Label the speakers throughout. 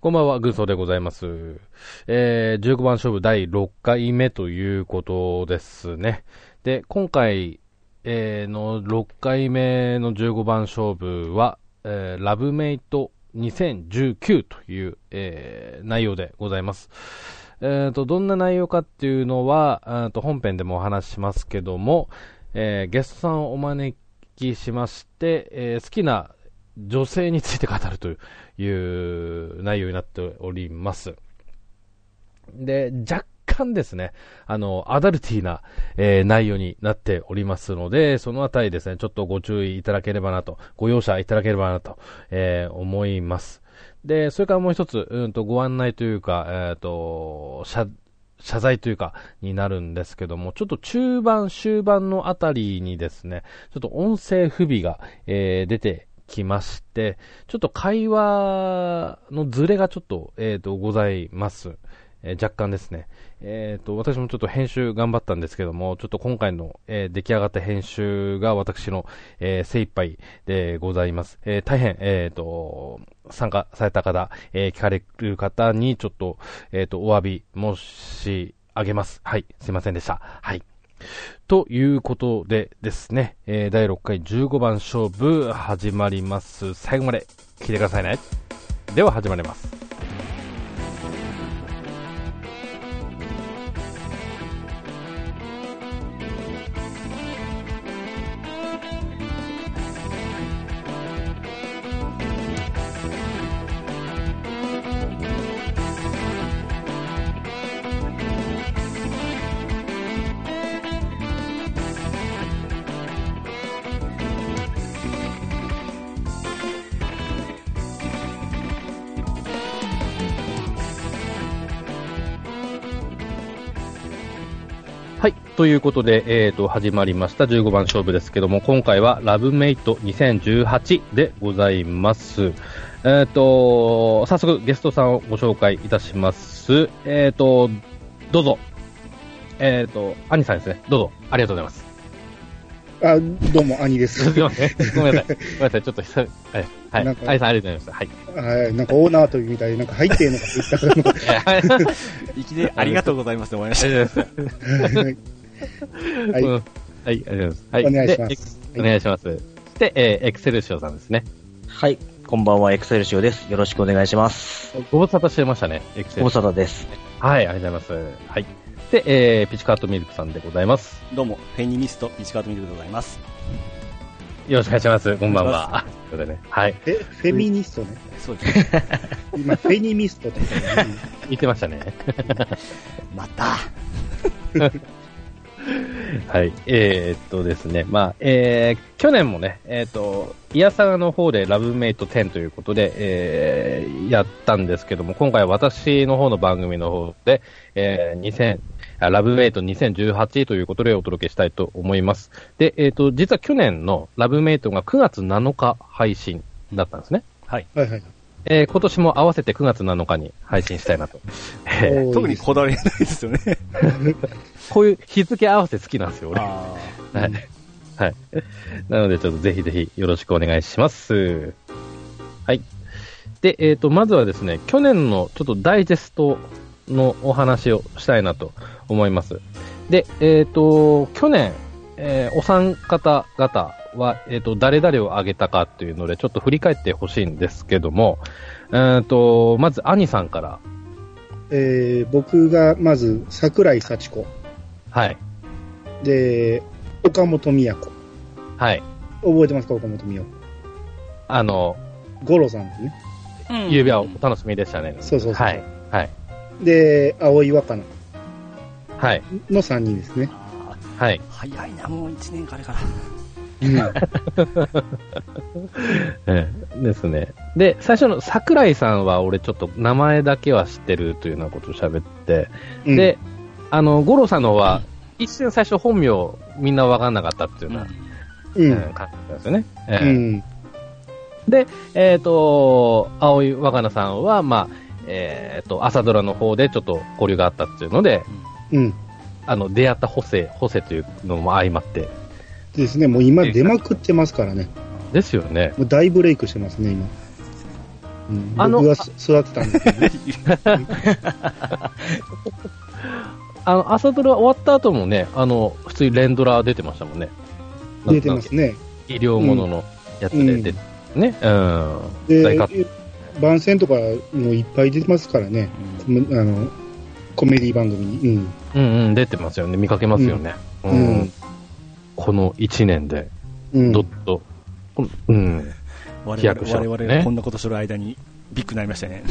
Speaker 1: こんばんは、グーソーでございます。えー、15番勝負第6回目ということですね。で、今回、えーの6回目の15番勝負は、えーラブメイト2019という、えー内容でございます。えー、と、どんな内容かっていうのは、あーと本編でもお話ししますけども、えーゲストさんをお招きしまして、えー好きな女性について語るといういう内容になっております。で、若干ですね、あの、アダルティーな、えー内容になっておりますので、そのあたりですね、ちょっとご注意いただければなと、ご容赦いただければなと、えー思います。で、それからもう一つ、うんと、ご案内というか、えっ、と、謝、謝罪というか、になるんですけども、ちょっと中盤、終盤のあたりにですね、ちょっと音声不備が、えー出てきまして、ちょっと会話のズレがちょっと、えっ、と、ございます。えー若干ですね。えっ、と、私もちょっと編集頑張ったんですけども、ちょっと今回の、えー出来上がった編集が私の、えー精一杯でございます。えー大変、えっ、と、参加された方、えー聞かれる方にちょっと、えっ、と、お詫び申し上げます。はい。すいませんでした。はい。ということでですね、えー第6回15番勝負始まります。最後まで聞いてくださいね。では始まります。はい。ということで、えっ、と、始まりました15番勝負ですけども、今回はラブメイト2018でございます。えっ、と、早速ゲストさんをご紹介いたします。えっ、と、どうぞ。えっ、と、アニさんですね。どうぞ。ありがとうございます。
Speaker 2: あ、どうも、兄です
Speaker 1: す。いません。ごめんなさい。ごめんなさい。ちょっと久々、はい。は
Speaker 2: ないん。か
Speaker 1: アイさん、ありがとうございました。はい。
Speaker 2: はい、なんかオーナーというみたいで、なんか入ってんのかって言ったか
Speaker 3: いきなりありがとうございますって思いました。
Speaker 2: ら、はい
Speaker 1: は。
Speaker 2: はいい
Speaker 1: うんはい、ありがとうございます。はい。
Speaker 2: お願いします
Speaker 1: でエクスお願いします。そして、えーエクセルシオさんですね。
Speaker 4: はい、こんばんは、エクセルシオです。よろしくお願いします。
Speaker 1: ご無沙汰してましたね、エクセ
Speaker 4: 大
Speaker 1: ルシ
Speaker 4: 阪です。
Speaker 1: オ。はい、ありがとうございます。はい。で、えーピチカートミルクさんでございます。
Speaker 3: どうも、フェニニスト、市川とみるでございます。
Speaker 1: よろしくお願いします。こんばんは。ということでね。はい。
Speaker 2: え、フェミニストね。
Speaker 3: そうですね。
Speaker 2: 今、フェニミストって言ったのに
Speaker 1: 言ってましたね。
Speaker 3: また、
Speaker 1: はい。えーっとですね、まあ、えー去年もね、えーっと、イヤサガの方でラブメイト10ということで、えーやったんですけども、今回私の方の番組の方で、えー2000あ、ラブメイト2018ということでお届けしたいと思います。で、えーっと、実は去年のラブメイトが9月7日配信だったんですね。
Speaker 3: はい。
Speaker 2: はいはい。
Speaker 1: えー今年も合わせて9月7日に配信したいなと。えー
Speaker 3: 特にこだわりがないですよね。
Speaker 1: こういう日付合わせ好きなんですよ、俺。
Speaker 3: あ
Speaker 1: はい。はい。 なので、ちょっとぜひぜひよろしくお願いします。はい。で、えっ、と、まずはですね、去年のちょっとダイジェストのお話をしたいなと思います。で、えっ、と、去年、えーお三方々は、えっ、と、誰々を挙げたかっていうので、ちょっと振り返ってほしいんですけども、えっ、と、まず、兄さんから、
Speaker 2: えー僕がまず、桜井幸子、
Speaker 1: はい、
Speaker 2: で、岡本美也子。
Speaker 1: はい、
Speaker 2: 覚えてますか、岡本美也
Speaker 1: あの、
Speaker 2: 子。五郎さんですね。
Speaker 3: あ
Speaker 1: ゆうべはお楽しみでしたね。
Speaker 2: そうそうそう。
Speaker 1: はい、はい、
Speaker 2: で、青井若菜
Speaker 1: はい、
Speaker 2: の3人ですね。
Speaker 3: あー
Speaker 1: はい。
Speaker 3: 早いな、もう1年かあれから。
Speaker 1: ええですね。で、最初の桜井さんは俺ちょっと名前だけは知ってるというようなことを喋って、
Speaker 2: うん、
Speaker 1: で、あの、五郎さんの方は、一瞬最初本名みんなわかんなかったっていうような、
Speaker 2: う
Speaker 1: うん
Speaker 2: ん。
Speaker 1: 感じなんですよね。え
Speaker 2: う
Speaker 1: え
Speaker 2: ん。
Speaker 1: えっ、と、青井若菜さんは、まあ、えっ、と、朝ドラの方でちょっと交流があったっていうので、
Speaker 2: うん。
Speaker 1: あの、出会った補正、補正というのも相まって、
Speaker 2: ですね、もう今出まくってますからね。
Speaker 1: ですよね。
Speaker 2: もう大ブレイクしてますね、今。うん
Speaker 1: あの
Speaker 2: 僕が育てたん だけどね。
Speaker 1: あの、朝ドラ終わった後もね、あの、普通に連ドラ出てましたもんね。
Speaker 2: 出てますね。
Speaker 1: 医療もののやつで出て、ね。うん。大活
Speaker 2: で、番宣とかもいっぱい出てますからね。
Speaker 3: うん
Speaker 2: むあの、コメディ番組に。うん。
Speaker 1: うんうん、出てますよね。見かけますよね。うん。
Speaker 2: うん
Speaker 1: この1年で、
Speaker 2: うん
Speaker 1: どっと、このうん。
Speaker 3: 我
Speaker 1: 飛躍
Speaker 3: 々
Speaker 1: した
Speaker 3: 我々がこんなことする間にビッグになりましたね。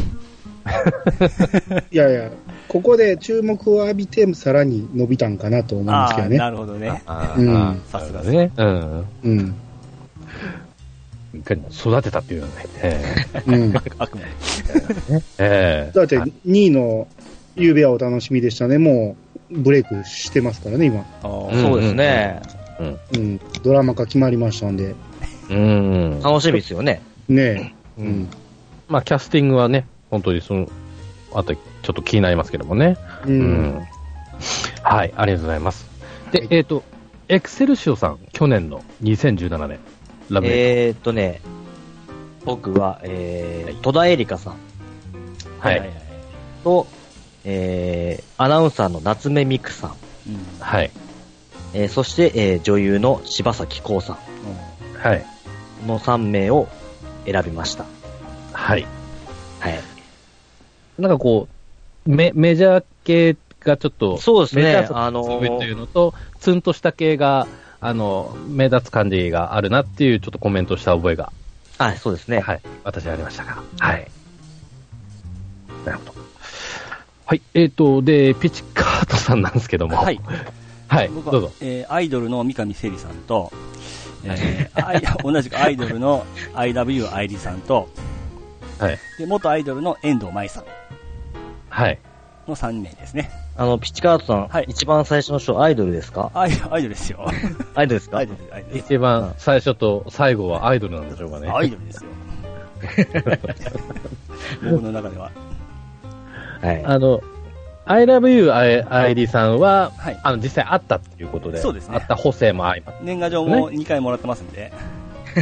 Speaker 2: いやいや、ここで注目を浴びて、さらに伸びたんかなと思うんで
Speaker 3: あ
Speaker 2: すけ
Speaker 3: あ
Speaker 2: ど
Speaker 3: ー、な
Speaker 2: ね。
Speaker 3: るほどね。
Speaker 1: あ
Speaker 2: うん
Speaker 1: あ
Speaker 3: さすがですね。
Speaker 1: ね。うん。
Speaker 2: うん。
Speaker 1: 育てたっていうのはね。え
Speaker 2: うん。
Speaker 3: あくまで。
Speaker 1: えええ
Speaker 2: だって、2 位の夕べはお楽しみでしたね。もう、ブレイクしてますからね、今。
Speaker 3: あー
Speaker 1: うん
Speaker 4: そうですね。
Speaker 2: うん。ドラマ化決まりましたんで。
Speaker 1: うん。
Speaker 4: 楽しみですよね。
Speaker 2: ねえ。
Speaker 1: うん。まあ、キャスティングはね、本当にその、あと、ちょっと気になりますけどもね。
Speaker 2: う。。
Speaker 1: うんはい、ありがとうございます。で、えっ、と、エクセルシオさん、去年の2017年、ラブレ
Speaker 4: えーっとね、僕は、えー、戸田恵梨香さん
Speaker 1: ート。はい。
Speaker 3: い。
Speaker 4: と、えー、アナウンサーの夏目美久さん、
Speaker 3: うん
Speaker 1: はい。
Speaker 4: えー、そして、えー、女優の柴咲コウさ
Speaker 1: はい。
Speaker 4: んの3名を選びました。
Speaker 1: はい。
Speaker 4: はい。
Speaker 1: なんかこう、メメジャー系がちょっと、
Speaker 4: そうですね
Speaker 1: メジャー
Speaker 4: あのー
Speaker 1: というのと、ツンとした系が、あの、目立つ感じがあるなっていうちょっとコメントした覚えが、
Speaker 4: あ、そうですね。
Speaker 1: はい、私はありましたが、はい。なるほど。はい、えっ、と、で、ピチカートさんなんですけども、
Speaker 3: はい。
Speaker 1: はい、ど
Speaker 3: 僕
Speaker 1: う
Speaker 3: は
Speaker 1: ぞ。、
Speaker 3: えーアイドルの三上聖里さんと、えーアイ同じくアイドルの IW 愛理さんと、
Speaker 1: はい。
Speaker 3: で元アイドルの遠藤舞さん
Speaker 1: はい。
Speaker 3: の3名ですね。
Speaker 4: あの、ピチカートさん、
Speaker 3: はい
Speaker 4: 一番最初の人、アイドルですか
Speaker 3: アイアイドルですよ。
Speaker 4: アイドルですか
Speaker 3: アイドル、アイドルです。
Speaker 1: 一番最初と最後はアイドルなんでしょうかね。
Speaker 3: アイドルですよ。 僕の中では。
Speaker 4: はい。
Speaker 1: あの、I love you, I- ID さんは、
Speaker 3: はい
Speaker 1: あの、実際あったっていうことで、
Speaker 3: そうですね
Speaker 1: あった補正も相まっ
Speaker 3: 年賀状も2回もらってますんで、
Speaker 1: て。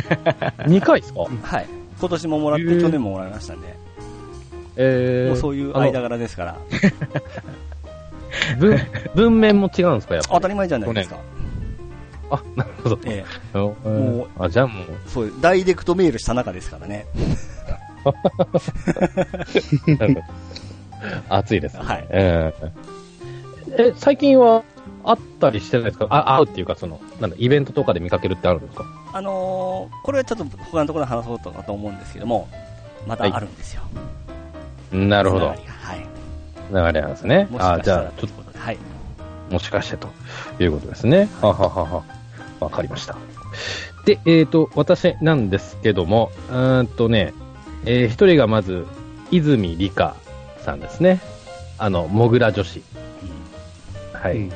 Speaker 1: 2回ですか
Speaker 3: はい。今年ももらって、
Speaker 1: へー
Speaker 3: 去年ももらいましたんで、
Speaker 1: えー、
Speaker 3: もうそういう
Speaker 1: あの
Speaker 3: 間柄ですから、
Speaker 1: 文、文面も違うんですか、やっぱ
Speaker 3: 当たり前じゃないですか。
Speaker 1: り。あ、なるほど。
Speaker 3: ええ
Speaker 1: もう、あ、じゃあもう、
Speaker 3: そういうダイレクトメールした中ですからね。
Speaker 1: なんか暑いです、ね。
Speaker 3: はい
Speaker 1: えーえ、最近は、会ったりしてないですかあ、会うっていうか、その、なんだ、イベントとかで見かけるってあるんですか
Speaker 3: あのーこれはちょっと他のところで話そうとかと思うんですけども、またあるんですよ。
Speaker 1: なるほど
Speaker 3: つなが。りがはい。
Speaker 1: 流れなんですね。
Speaker 3: もし
Speaker 1: あ
Speaker 3: か
Speaker 1: ー、
Speaker 3: し
Speaker 1: じ
Speaker 3: た
Speaker 1: ゃ
Speaker 3: ら
Speaker 1: あ、ちょっ
Speaker 3: ことで。はい。
Speaker 1: と、もしかしてということですね。はははは。わかりました。で、えっ、と、私なんですけども、うーんとね、えー一人がまず、泉理香さんですね。あの、モグラ女子。はい。
Speaker 2: うん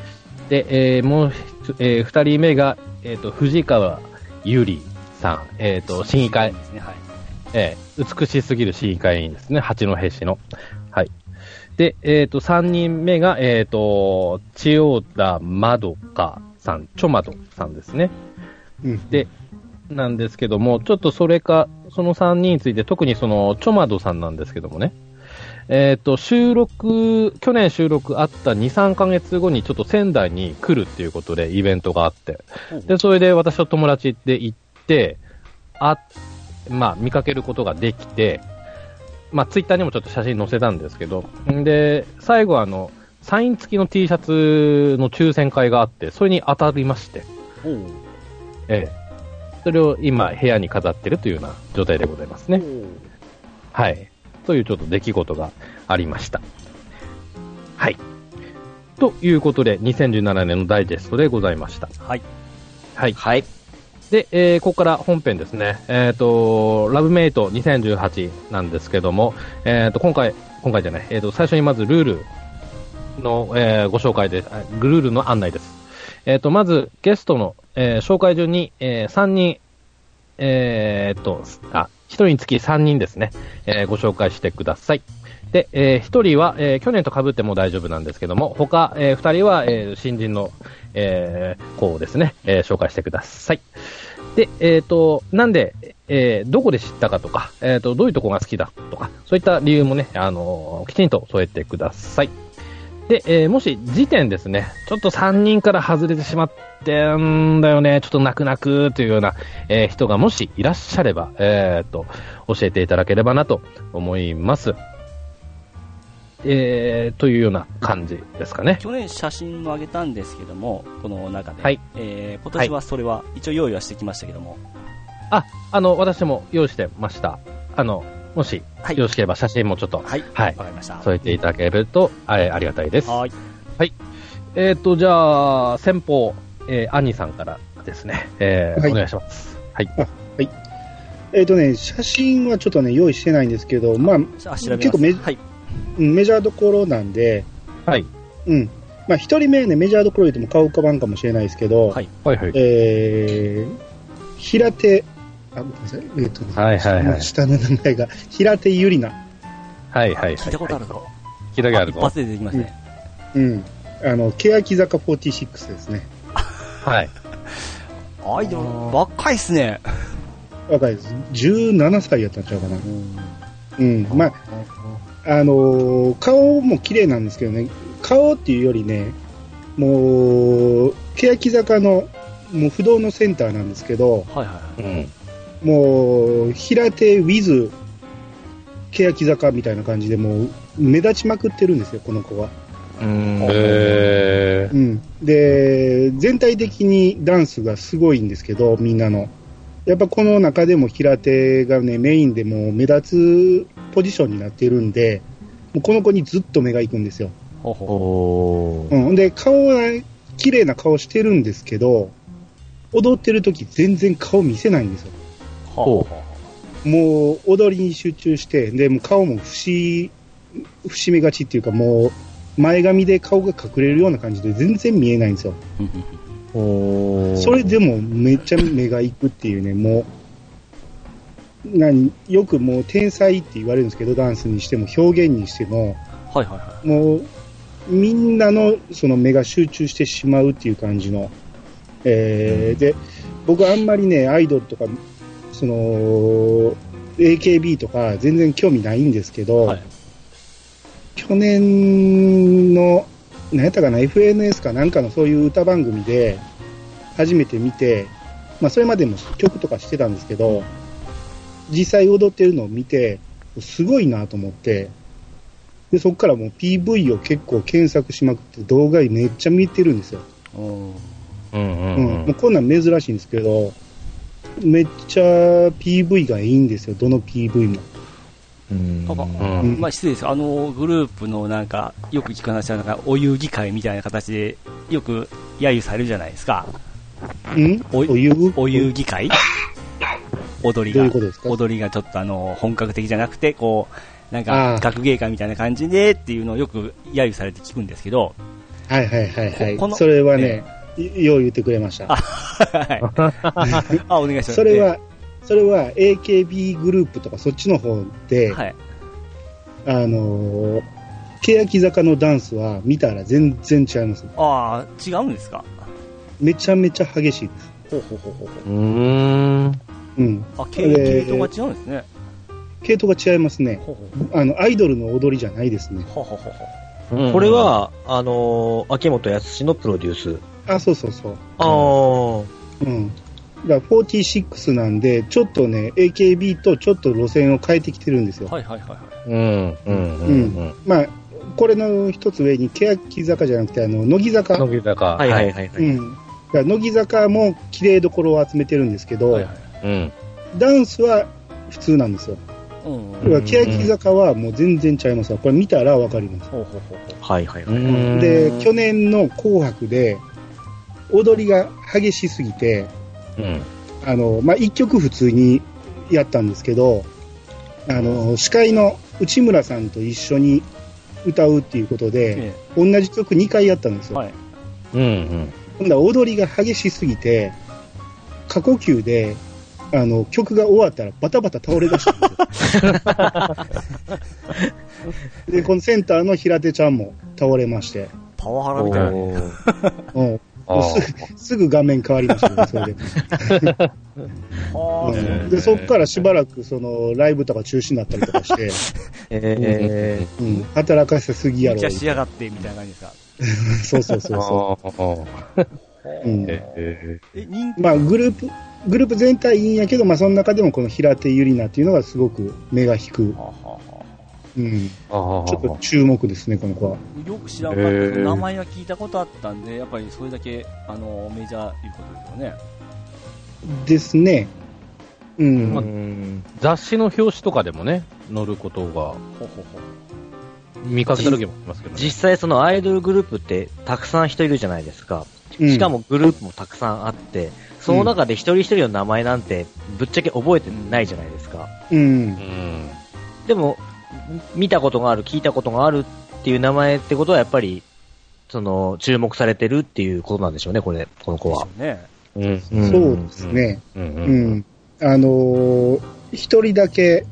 Speaker 1: で、えーもうひつ、えー二人目が、えっ、と、藤川ゆりさん、えっ、と、市議会、
Speaker 3: ですね。はい。
Speaker 1: えー美しすぎる市議会委員ですね、八戸市の。はい。で、えっ、と、三人目が、えっ、と、千代田まどかさん、ちょまどさんですね。
Speaker 2: うん。
Speaker 1: で、なんですけども、ちょっとそれか、その3人について、特にその、チョマドさんなんですけどもね、えっ、と、収録、去年収録あった2、3ヶ月後にちょっと仙台に来るっていうことでイベントがあって、で、それで私と友達で行って、あ、まあ、見かけることができて、まあ、ツイッターにもちょっと写真載せたんですけど、んで、最後あの、サイン付きの T シャツの抽選会があって、それに当たりまして、
Speaker 3: おう
Speaker 1: ええ、それを今、部屋に飾ってるというような状態でございますね。はい。というちょっと出来事がありました。はい。ということで、2017年のダイジェストでございました。
Speaker 3: はい。
Speaker 1: はい。
Speaker 4: はい。
Speaker 1: で、えーここから本編ですね。えっ、と、ラブメイト2018なんですけども、えっ、と、今回、今回じゃない、えっ、と、最初にまずルールの、えーご紹介です。あルールの案内です。えっ、と、まず、ゲストの、えー紹介順に、え3人、えーっと、あ、1人につき3人ですね、えーご紹介してください。で、え1人は、えー去年と被っても大丈夫なんですけども、他、え2人は、えー新人の、えー子をですね、えー紹介してください。で、えっ、と、なんで、えーどこで知ったかとか、えーと、どういうとこが好きだとか、そういった理由もね、あのーきちんと添えてください。で、えーもし時点ですね、ちょっと3人から外れてしまってんだよね、ちょっと泣く泣くというような、えー人がもしいらっしゃれば、えーと、教えていただければなと思います。えーというような感じですかね。
Speaker 3: 去年写真も上げたんですけども、この中で。
Speaker 1: はい
Speaker 3: えー今年はそれは、一応用意はしてきましたけども。
Speaker 1: あ、あの、私も用意してました。あの、もし、
Speaker 3: はい
Speaker 1: よろしければ写真もちょっと
Speaker 3: はい。
Speaker 1: はい
Speaker 3: わかりました。
Speaker 1: 添えていただけると、あえありがたいです。
Speaker 3: はい。
Speaker 1: えっ、と、じゃあ、先方、えー、兄さんからですね、えー
Speaker 2: はい
Speaker 1: お願いします。はい。
Speaker 2: えっ、とね、写真はちょっとね、用意してないんですけど、まあ、
Speaker 3: じゃあ調べます。
Speaker 2: 結構め
Speaker 3: はい。
Speaker 2: うんメジャーどころなんで、
Speaker 1: はい。
Speaker 2: うん。まあ、一人目ね、メジャーどころ言っても顔浮かばんかもしれないですけど、
Speaker 3: はい
Speaker 1: はいはい。
Speaker 2: えー、平手、あ、ごめんなさい、えっ、と、
Speaker 1: はいはいはい
Speaker 2: 下の名前が、平手ゆりな。
Speaker 1: はいはい。
Speaker 3: 聞いたことあるぞ。
Speaker 1: 聞いたことある
Speaker 3: 一
Speaker 1: ぞ。
Speaker 3: 発で出てきますね。
Speaker 2: うん。あの、欅坂46ですね。
Speaker 1: はい。
Speaker 3: アイドル、若いっすね。
Speaker 2: 若いです。17歳やったんちゃうかな。うん。まあ、あのー顔も綺麗なんですけどね、顔っていうよりね、もう、欅坂の、もう不動のセンターなんですけど、
Speaker 3: はいはいはい。
Speaker 1: うん。
Speaker 2: もう、平手 with 欅坂みたいな感じで、もう、目立ちまくってるんですよ、この子は。
Speaker 1: うん。え
Speaker 2: うん。で、全体的にダンスがすごいんですけど、みんなの。やっぱこの中でも平手がね、メインでもう目立つポジションになってるんで、もうこの子にずっと目が行くんですよ。
Speaker 3: ほうほ
Speaker 4: おー。
Speaker 2: うん、で、顔は綺麗な顔してるんですけど、踊ってる時全然顔見せないんですよ。
Speaker 3: う。ほうほ
Speaker 2: もう踊りに集中して、で、もう顔も節、節目がちっていうかもう、前髪で顔が隠れるような感じで全然見えないんですよ。
Speaker 3: ううんうん
Speaker 4: おー。
Speaker 2: それでもめっちゃ目が行くっていうね、もう、何、よくもう天才って言われるんですけど、ダンスにしても表現にしても、
Speaker 3: はいはいは
Speaker 2: もう、みんなのその目が集中してしまうっていう感じの、えーで、僕あんまりね、アイドルとか、その、AKB とか全然興味ないんですけど、
Speaker 3: はい
Speaker 2: 去年の、何やったかな、FNS かなんかのそういう歌番組で、初めて見て、まあそれまでも曲とかしてたんですけど、実際踊ってるのを見て、すごいなと思って、で、そこからもう PV を結構検索しまくって動画めっちゃ見てるんですよ。
Speaker 3: い。うん。
Speaker 1: ー。うんう
Speaker 2: うんん。
Speaker 1: う。
Speaker 2: もうんこんなん珍しいんですけど、めっちゃ PV がいいんですよ、どの PV も。
Speaker 4: うん。
Speaker 3: パパ
Speaker 1: うん
Speaker 2: ん
Speaker 3: まあ、失礼です。あの、グループのなんか、よく聞く話は、なんか、お遊戯会みたいな形で、よく、揶揄されるじゃないですか。
Speaker 2: ん
Speaker 3: おい
Speaker 2: 湯
Speaker 3: お遊戯会踊り
Speaker 2: どうい
Speaker 3: が
Speaker 2: うことですか
Speaker 3: 踊りがちょっとあの、本格的じゃなくて、こう、なん
Speaker 2: あ
Speaker 3: か、
Speaker 2: ー
Speaker 3: 学芸会みたいな感じでっていうのをよく揶揄されて聞くんですけど、
Speaker 2: はいはいはいはい。
Speaker 3: ここの
Speaker 2: それはね、いよう言ってくれました。
Speaker 3: はい。 あ、お願いします。
Speaker 2: それは、それは AKB グループとかそっちの方
Speaker 3: え
Speaker 2: で、
Speaker 3: ー、はい。
Speaker 2: あのー、欅坂のダンスは見たら全然違います。
Speaker 3: ああ、違うんですか
Speaker 2: めちゃめちゃ激しいです。
Speaker 3: ほうほうほうほうほう。
Speaker 1: うーん。
Speaker 2: うん。
Speaker 3: あ、系系統が違うんですね。
Speaker 2: 系統が違いますね。
Speaker 3: ほうほう
Speaker 2: あの、アイドルの踊りじゃないですね。
Speaker 3: ほうほうほうほう。
Speaker 1: うん
Speaker 4: これ、は、あのー、秋元康のプロデュース。
Speaker 2: あ、そうそうそう。
Speaker 4: あー。
Speaker 2: うん。だから46なんで、ちょっとね、AKB とちょっと路線を変えてきてるんですよ。
Speaker 3: はいはいはいはい。
Speaker 1: うんうんうん
Speaker 2: まあ、これの一つ上に、欅坂じゃなくて、あの、乃木
Speaker 1: うん。
Speaker 2: 坂。
Speaker 1: 乃木坂。
Speaker 4: はいはいはいは
Speaker 2: う
Speaker 4: い。
Speaker 2: ん。だから乃木坂も綺麗どころを集めてるんですけど、
Speaker 3: はいはい。
Speaker 1: うん。
Speaker 2: ダンスは普通なんですよ。
Speaker 3: うん。
Speaker 2: だか
Speaker 1: ん
Speaker 2: ら欅坂はもう全然ちゃいますわ。これ見たらわかります。
Speaker 3: ほうほうほうほう。
Speaker 4: はいはいは
Speaker 1: う
Speaker 4: い。
Speaker 1: ん。
Speaker 2: で、去年の紅白で、踊りが激しすぎて、
Speaker 1: うん。
Speaker 2: あの、まあ、一曲普通にやったんですけど、あの、司会の内村さんと一緒に歌うっていうことで、
Speaker 3: え
Speaker 2: 同じ曲2回やったんです
Speaker 3: え
Speaker 2: よ。
Speaker 3: はい。
Speaker 1: うんうん。
Speaker 2: ほんだら踊りが激しすぎて、過呼吸で、あの、曲が終わったらバタバタ倒れ出したん ですよ。で、このセンターの平手ちゃんも倒れまして、
Speaker 3: パワハラみたいなね。
Speaker 4: おー
Speaker 2: うん
Speaker 1: ああ
Speaker 2: すぐ画面変わりましたけど、 それで。
Speaker 1: え
Speaker 2: う
Speaker 3: は
Speaker 2: ん
Speaker 1: ー
Speaker 2: で、そこからしばらく、その、ライブとか中止になったりとかして、
Speaker 4: えー
Speaker 2: うん、働かせすぎ
Speaker 3: め
Speaker 2: や
Speaker 3: っ
Speaker 2: ろ
Speaker 3: ちゃ。しやがって、みたいな感じですか。
Speaker 2: そうそうそうそ
Speaker 1: あ あ
Speaker 2: う。うん
Speaker 1: え
Speaker 3: え、人気
Speaker 2: まあ、グループ、グループ全体いいんやけど、まあ、その中でもこの平手ゆりなっていうのがすごく目が引く。
Speaker 3: ははは
Speaker 2: うん。
Speaker 1: ーあー
Speaker 2: ちょっと注目ですね、この子は。
Speaker 3: よく知らんかったけど、
Speaker 1: へー
Speaker 3: 名前は聞いたことあったんで、やっぱりそれだけ、あの、メジャーいうことですよね。
Speaker 2: ですね。うん。
Speaker 1: まあ
Speaker 4: うん
Speaker 1: 雑誌の表紙とかでもね、載ることが
Speaker 3: ほうほうほう。
Speaker 1: 見かけた時もありますけどね。
Speaker 4: 実際そのアイドルグループってたくさん人いるじゃないですか。
Speaker 2: うん
Speaker 4: しか、もグループもたくさんあって、その中で一人一人の名前なんてぶっちゃけ覚えてないじゃないですか。
Speaker 2: うん
Speaker 1: う。ん。
Speaker 4: でも、見たことがある、聞いたことがあるっていう名前ってことはやっぱり、その、注目されてるっていうことなんでしょうね、これ、この子
Speaker 3: でし
Speaker 4: は
Speaker 3: ょ。うね。
Speaker 1: うん。
Speaker 4: ん
Speaker 2: そうですね。
Speaker 1: うん。
Speaker 2: う
Speaker 1: うん
Speaker 2: ん。あのー一人だけ、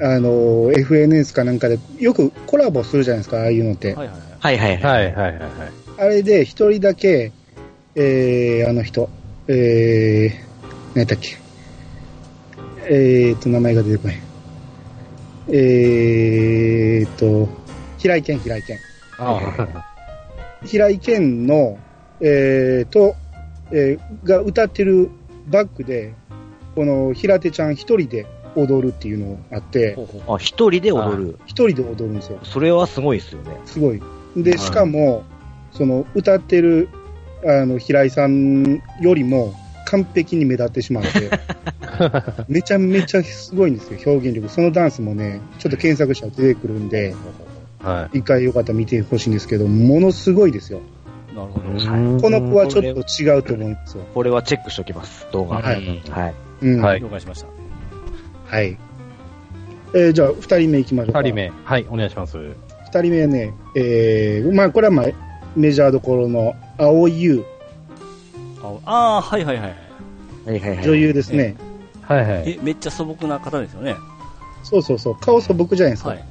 Speaker 2: あのー FNS かなんかで、よくコラボするじゃないですか、ああいうのって。
Speaker 3: はいはいはい。
Speaker 4: はいはいは
Speaker 1: はいは
Speaker 4: い。
Speaker 1: いはいはい。
Speaker 2: あれで一人だけ、えー、あの人、えー、何やったっけ。えーと、名前が出てこない。えーと、平井健、平井健。
Speaker 1: ああ。
Speaker 2: 平井堅の、えーと、えーが歌ってるバックで、この平手ちゃん一人で踊るっていうのがあって
Speaker 3: ほ、うほうほう
Speaker 4: あ、一人で踊る。
Speaker 2: 一人で踊るんですよ。
Speaker 4: それはすごいですよね。
Speaker 2: すごい。で、しかも、その歌ってるあの平井さんよりも完璧に目立ってしまって、 めちゃめちゃすごいんですよ、表現力。そのダンスもね、ちょっと検索したら出てくるんで、
Speaker 1: はい。
Speaker 2: 一回よかったら見てほしいんですけど、ものすごいですよ。
Speaker 3: なるほど。
Speaker 2: この子はちょっと違うと思いますよ。
Speaker 4: これはチェックしておきます、動画。
Speaker 2: はい
Speaker 1: うん
Speaker 4: はい。
Speaker 2: うん
Speaker 1: はい
Speaker 3: 了解しました。
Speaker 2: はい。えーじゃあ、二人目いきましょうか。
Speaker 1: 二人。目。はい、お願いします。
Speaker 2: 二人目ね、えー、まあ、これはまあ、メジャーどころの、青井優、
Speaker 3: ああー、はいはいはい。
Speaker 4: はいはいはい。
Speaker 2: 女優ですね。
Speaker 1: はいはい。
Speaker 3: え、めっちゃ素朴な方ですよね。
Speaker 2: そうそうそう、顔素朴じゃないですか。
Speaker 3: はい。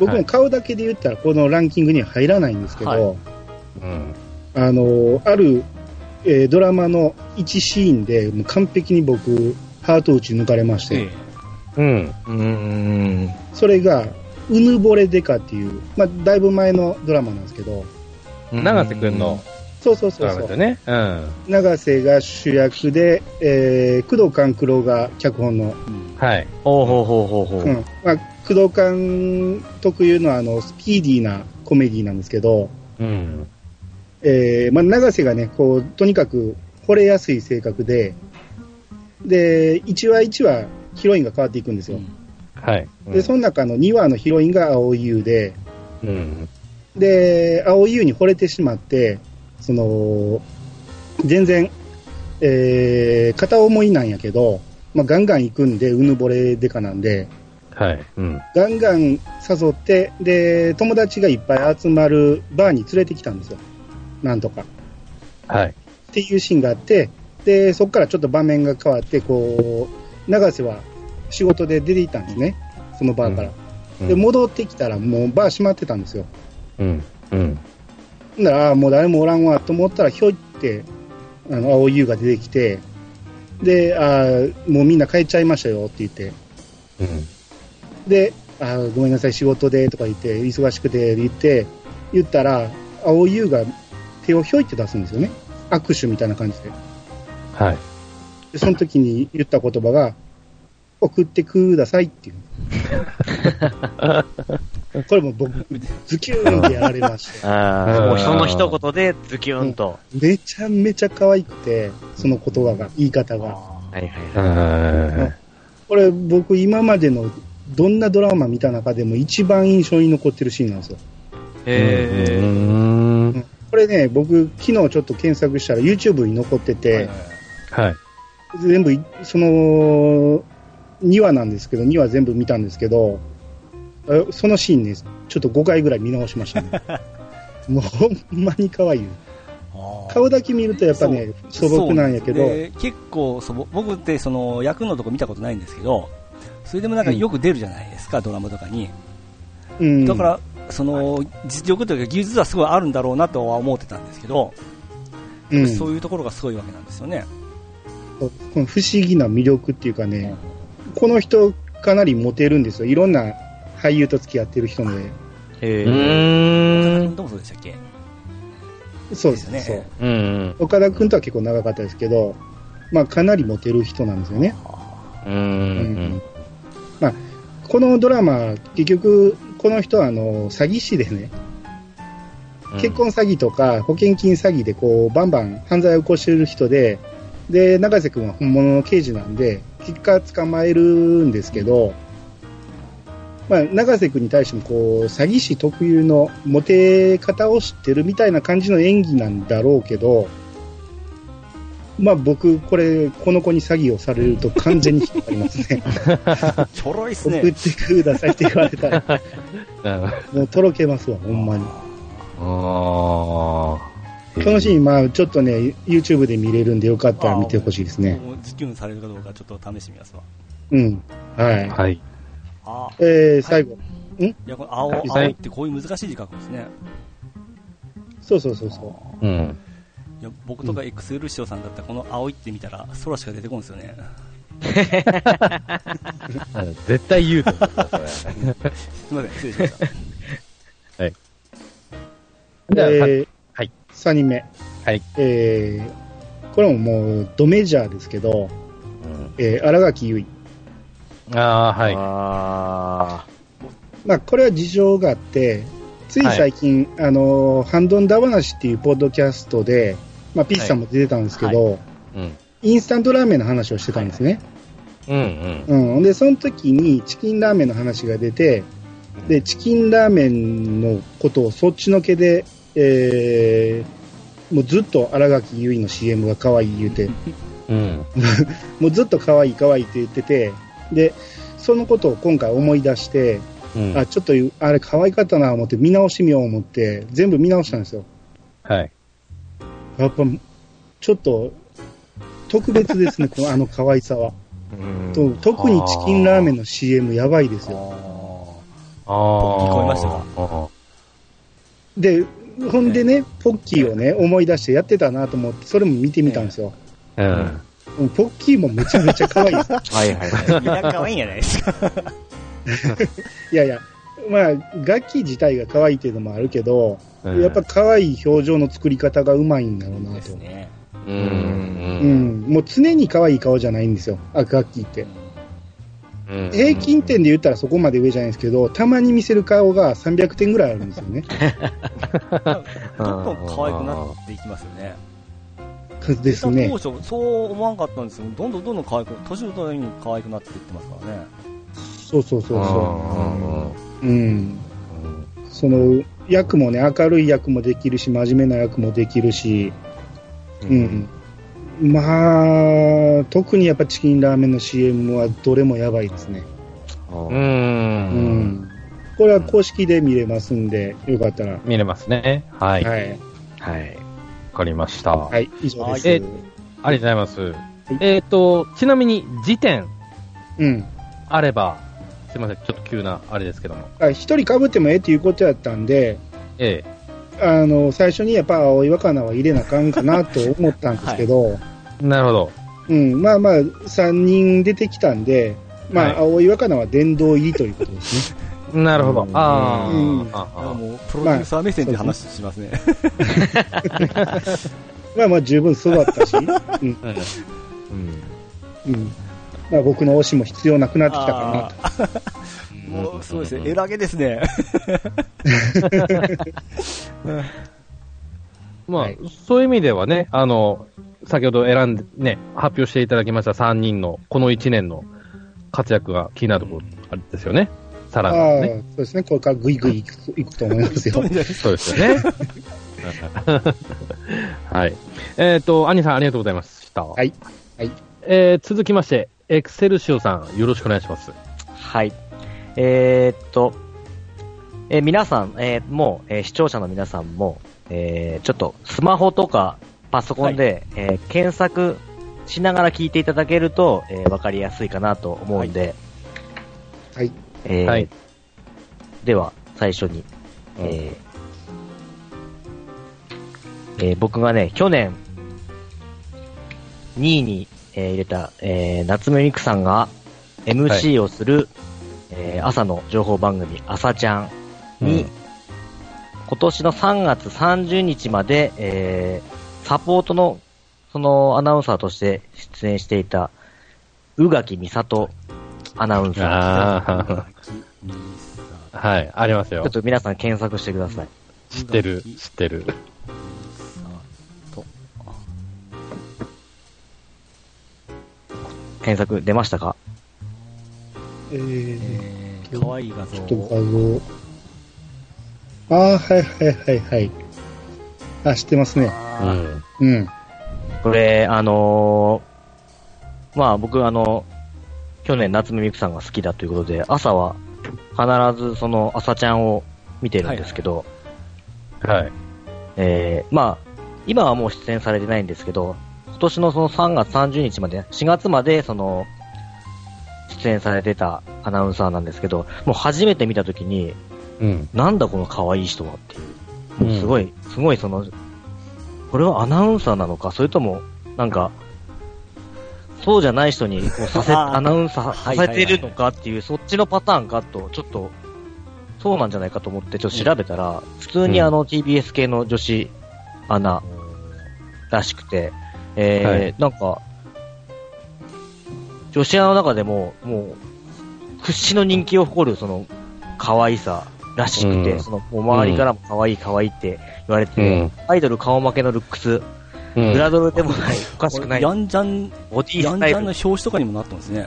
Speaker 2: 僕も顔だけで言ったら、このランキングには入らないんですけど、
Speaker 3: は
Speaker 1: うん。
Speaker 2: あのー、ある、えードラマの一シーンで、もう完璧に僕、ハート打ち抜かれまして、
Speaker 3: え
Speaker 1: うん。
Speaker 4: うーん。
Speaker 2: それが、うぬぼれデカっていう、まあ、だいぶ前のドラマなんですけど、
Speaker 1: 長瀬くんの
Speaker 2: そうそうそう
Speaker 1: ドラ
Speaker 2: そ
Speaker 1: マ
Speaker 2: う
Speaker 1: ですよ。ね。うん。
Speaker 2: 永瀬が主役で、えー、工藤官九郎が脚本の、
Speaker 3: えうん
Speaker 1: はい。
Speaker 4: ほうほうほうほうほ
Speaker 2: うん
Speaker 4: う。
Speaker 2: まあ、工藤官特有のあのスピーディーなコメディなんですけど、
Speaker 1: うん。
Speaker 2: えーまあ、永瀬がねこうとにかく惚れやすい性格でで1話1話ヒロインが変わっていくんですよ、
Speaker 1: はい。
Speaker 2: でその中の2話のヒロインが蒼井優で
Speaker 1: うん。
Speaker 2: で蒼井優に惚れてしまってその全然、えー片思いなんやけど、まあ、ガンガン行くんでうぬぼれでかなんで、
Speaker 1: はい。うん。
Speaker 2: ガンガン誘って、で、友達がいっぱい集まるバーに連れてきたんですよ。なんとか。
Speaker 1: はい。
Speaker 2: っていうシーンがあって、で、そこからちょっと場面が変わって、こう、永瀬は仕事で出て行ったんですね。そのバーから。
Speaker 1: うん
Speaker 2: で、戻ってきたらもうバー閉まってたんですよ。
Speaker 1: うん。うん。
Speaker 2: ほんなら、あーもう誰もおらんわと思ったら、ひょいって、あの、青い優が出てきて、で、あーもうみんな帰っちゃいましたよって言って、
Speaker 1: うん。
Speaker 2: で、あごめんなさい、仕事でとか言って、忙しくて言って、言ったら、青優が手をひょいって出すんですよね。握手みたいな感じで。
Speaker 1: はい。
Speaker 2: で、その時に言った言葉が、送ってくださいって いう。これも僕、ズキューンってやられまして、
Speaker 4: あ
Speaker 1: うん
Speaker 4: あ、もうその一言でズキュンと。
Speaker 2: めちゃめちゃ可愛くて、その言葉が、言い方が。
Speaker 3: あ
Speaker 4: はいはいはい。
Speaker 1: は
Speaker 2: これ僕、今までのどんなドラマ見た中でも一番印象に残ってるシーンなんですよ。
Speaker 1: い。
Speaker 4: えー
Speaker 1: うん。
Speaker 2: これね、僕、昨日ちょっと検索したら YouTube に残って
Speaker 3: ー
Speaker 2: て、
Speaker 3: はいはいはい
Speaker 1: はい。
Speaker 2: 全部い、その、2話なんですけど、2話全部見たんですけど、えそのシーンね、ちょっと5回ぐらい見直しました ね。もうほんまに可愛いよ
Speaker 3: あー
Speaker 2: 顔だけ見るとやっぱね、素朴なんやけど
Speaker 3: そう、で結構素朴僕ってその役のとこ見たことないんですけどそれでもなんかよく出るじゃないですか、ドラマとかに
Speaker 2: うん
Speaker 3: だから、その実力というか技術はすごいあるんだろうなとは思ってたんですけど
Speaker 2: うん、
Speaker 3: そういうところがすごいわけなんですよね。
Speaker 2: この不思議な魅力っていうかね、この人かなりモテるんですよ。いろんな俳優と付き合ってる人で。
Speaker 1: う
Speaker 4: へえ。
Speaker 1: ーん。
Speaker 3: どうもそうでしたっけ
Speaker 2: そう
Speaker 3: で
Speaker 2: ですす
Speaker 3: よね
Speaker 2: ね。そう
Speaker 1: うんうん。
Speaker 2: 岡田君とは結構長かったですけど、まあかなりモテる人なんですよね。
Speaker 1: うんうん。
Speaker 2: まあ、このドラマ、結局、この人はあの詐欺師でね、
Speaker 1: うん
Speaker 2: 結。婚詐欺とか保険金詐欺でこうバンバン犯罪を起こしてる人で、で永瀬君は本物の刑事なんで、結果捕まえるんですけど、まあ、永瀬君に対してもこう詐欺師特有のモテ方を知ってるみたいな感じの演技なんだろうけど、まあ、僕、これ、この子に詐欺をされると完全に引っ張りますね。
Speaker 3: ちょろいっす
Speaker 2: 送っ
Speaker 3: ね。
Speaker 2: てくださいって言われたら、
Speaker 1: うんあ
Speaker 2: もうとろけますわ、ほんまに。
Speaker 1: あ。
Speaker 2: このシ
Speaker 1: ン。
Speaker 2: ーン、まあ、ちょっとね、YouTube で見れるんで、よかったら見てほしいですね。
Speaker 3: もうキュンされるかどうかちょっと試してみますわ。
Speaker 2: うん。はい。
Speaker 1: はい。
Speaker 3: あ
Speaker 2: えー、最後。
Speaker 3: いや、この青、
Speaker 1: はい
Speaker 3: 青ってこういう難しい字書くんですね。
Speaker 2: そうそうそうそ
Speaker 1: うん。
Speaker 3: いや僕とか XL 師匠さんだったらこの青いって見たら空しか出てこんですよね。
Speaker 1: 絶対言うと思うそれ。
Speaker 3: すみません、失礼しました。
Speaker 2: う。
Speaker 1: じゃあ
Speaker 2: えー、
Speaker 1: はい。
Speaker 2: 3人目。
Speaker 1: はい。
Speaker 2: えー、これももう、ドメジャーですけど、
Speaker 1: うん
Speaker 2: えー、荒垣結衣。
Speaker 1: ああ、はい。
Speaker 4: あ
Speaker 2: まあ、これは事情があって、つい最近、あのー、ハンドンダ話っていうポッドキャストで、まあ、ピッチさんも出てたんですけど、
Speaker 1: うん。
Speaker 2: インスタントラーメンの話をしてたんですね。
Speaker 1: うんうん。
Speaker 2: うん、で、その時にチキンラーメンの話が出て、で、チキンラーメンのことをそっちのけで、えー、もうずっと新垣結衣の CM が可愛い言うて、
Speaker 1: うん。
Speaker 2: もうずっと可愛い可愛いって言ってて、で、そのことを今回思い出して、
Speaker 1: うん。
Speaker 2: あ、ちょっとあれ可愛かったな思って見直してみよう思って、全部見直したんですよ。
Speaker 1: はい。
Speaker 2: やっぱ、ちょっと、特別ですね、このあの可愛さは。
Speaker 4: ーうん
Speaker 2: と特にチキンラーメンの CM やばいですよ。
Speaker 1: ああ。
Speaker 3: 聞こえましたか
Speaker 1: か
Speaker 2: で、ほんでね、ポッキーをね、思い出してやってたなと思って、それも見てみたんですよ。
Speaker 1: うん。
Speaker 2: うんポッキーもめちゃめちゃ 可愛いです。
Speaker 4: はいはいはい。
Speaker 3: いや、可愛いんやないですか。
Speaker 2: いやいや、まあ、楽器自体が可愛いっていうのもあるけど、
Speaker 1: うん
Speaker 2: やっぱ可愛い表情の作り方がうまいんだろうな
Speaker 3: で
Speaker 2: と。
Speaker 3: すね。
Speaker 1: う。
Speaker 2: うんん、もう常に可愛い顔じゃないんですよ、あ楽器って。
Speaker 1: うん。
Speaker 2: 平均点で言ったらそこまで上じゃないんですけど、たまに見せる顔が300点ぐらいあるんですよね。
Speaker 3: どんどん可愛くなっていきますよね。
Speaker 2: ですね。
Speaker 3: 当初、そう思わんかったんですけど、どんどんどんどん可愛く、年を取るに可愛くなっていってますからね。
Speaker 2: そうそうそ
Speaker 1: あ
Speaker 2: うそう。うん。
Speaker 1: ーうん
Speaker 2: その役もね、明るい役もできるし、真面目な役もできるし、うん、まあ、特にやっぱチキンラーメンの CM はどれもやばいですね。
Speaker 1: う。
Speaker 4: うん
Speaker 2: うんん、これは公式で見れますんで、よかったら。
Speaker 1: 見れますね。はい。わ、
Speaker 2: はい。
Speaker 4: はい。
Speaker 1: かりました。
Speaker 2: は
Speaker 1: あり
Speaker 2: い、以上です。
Speaker 1: はいがとうございます。
Speaker 2: い
Speaker 1: えっ、と、ちなみに、時点
Speaker 2: うん。
Speaker 1: あれば、すいません、ちょっと急なあれですけども。
Speaker 2: あ一人被ってもええっていうことやったんで、
Speaker 1: え
Speaker 2: あの、最初にやっぱ青い魚は入れなあかんかなと思ったんですけど、
Speaker 1: えなるほど。
Speaker 2: うん、まあまあ、3人出てきたんで、まあ、
Speaker 1: はい
Speaker 2: 青い魚は殿堂入りということですね。
Speaker 1: なるほど
Speaker 4: う。ん
Speaker 1: あー
Speaker 2: うん
Speaker 1: あ
Speaker 3: なんか
Speaker 1: ー。
Speaker 3: もう、プロデューサー目線で話しますね。
Speaker 2: まあまあ十分育っ たし、うん
Speaker 1: うん
Speaker 4: うん。
Speaker 2: うんまあ、僕の推しも必要なくなってきたか
Speaker 3: あーもう、そうですね。枝毛です ね。
Speaker 1: まあ、
Speaker 2: はい
Speaker 1: そういう意味ではね、あの、先ほど選んで、ね、発表していただきました3人の、この1年の活躍が気になるところあれですよね。さ
Speaker 2: な。
Speaker 1: ら
Speaker 2: ああ
Speaker 1: にね。
Speaker 2: そうですね、これからぐいぐいいくいくと思いま すよ。
Speaker 1: そうですよね。はい。えっ、と、アニさんありがとうございました。はい
Speaker 2: はい。
Speaker 1: えー続きまして、エクセルシオさん、よろしくお願いします。
Speaker 4: はい。えーっと、えー皆さん、えーもう、えー視聴者の皆さんも、えーちょっとスマホとかパソコンで、えー検索しながら聞いていただけると、えーわかりやすいかなと思うんで、
Speaker 2: はい。
Speaker 4: えー
Speaker 1: はい
Speaker 4: では、最初に、えーえー僕がね、去年、 2位に、えー入れた、えー夏目みくさんが MC をする、えー朝の情報番組、朝ちゃんに、
Speaker 1: うん
Speaker 4: 今年の3月30日まで、えーサポートの、そのアナウンサーとして出演していた、宇垣美里アナウンサー。
Speaker 1: ああ、はい、あります
Speaker 4: ちょ
Speaker 1: よ
Speaker 4: っ。と皆さん検索してください。
Speaker 1: 知ってる、知ってる。
Speaker 4: 検索出ましたか
Speaker 2: えー、
Speaker 3: かわいい画像
Speaker 2: ちょっと
Speaker 3: を
Speaker 2: 画像。ああ、はいはいはいはい。あ、知ってますね。
Speaker 1: う
Speaker 3: あ
Speaker 1: ん。
Speaker 2: うん。
Speaker 4: これ、あのーまあ僕、あの、去年夏目みくさんが好きだということで、朝は必ずその朝ちゃんを見てるんですけど、
Speaker 1: はい。
Speaker 4: えーまあ、今はもう出演されてないんですけど、今年のその3月30日まで、4月までその、出演されてたアナウンサーなんですけど、もう初めて見たときに、
Speaker 1: うん。
Speaker 4: なんだこの可愛い人はっていう。もうす
Speaker 1: い。
Speaker 4: ごい、すごいその、これはアナウンサーなのか、それとも、なんか、そうじゃない人にこうさせ、
Speaker 3: あー
Speaker 4: アナウンサー
Speaker 3: は
Speaker 4: さ
Speaker 3: いはい
Speaker 4: せ
Speaker 3: はい
Speaker 4: てるのかっていう、そっちのパターンかと、ちょっと、そうなんじゃないかと思って、ちょっと調べたら、普通にあの TBS 系の女子アナらしくて、えー
Speaker 1: はい
Speaker 4: なんか、女子アナの中でも、もう、屈指の人気を誇る、その、可愛さらしくて、
Speaker 1: うん
Speaker 4: その、もう周りからも可愛い可愛いって言われてて、
Speaker 1: うん
Speaker 4: アイドル顔負けのルックス、
Speaker 1: うん
Speaker 4: グラドルでもない、おかしくない、
Speaker 3: ヤンジャン、
Speaker 4: ボディ
Speaker 3: ヤ
Speaker 4: ス
Speaker 3: ンジ
Speaker 4: タイ
Speaker 3: ャンの
Speaker 4: ル
Speaker 3: 表紙とかにもなってますね。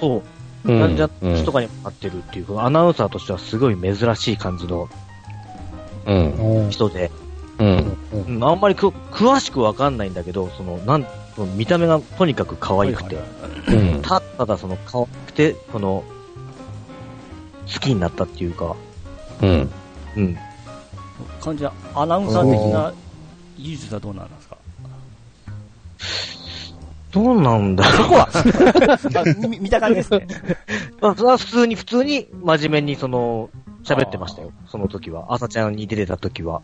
Speaker 4: と、
Speaker 1: うん
Speaker 4: なんじゃとかにもなってるっていう、このアナウンサーとしてはすごい珍しい感じの
Speaker 1: うん。
Speaker 2: うん
Speaker 4: 人で、
Speaker 1: うん。
Speaker 4: うんあんまりく詳しくわかんないんだけど、その、なん、その見た目がとにかく可愛くて、
Speaker 1: うん。
Speaker 4: たただその可愛くて、その、好きになったっていうか、
Speaker 1: うん。
Speaker 4: うん。
Speaker 3: 感じはアナウンサー的な技術はどうなんですか
Speaker 4: どうなんだそこは、
Speaker 3: あみ見た感じですね。
Speaker 4: まあ、それは普通に、普通に真面目にその、喋ってましたよ。その時は。朝ちゃんに出てた時は。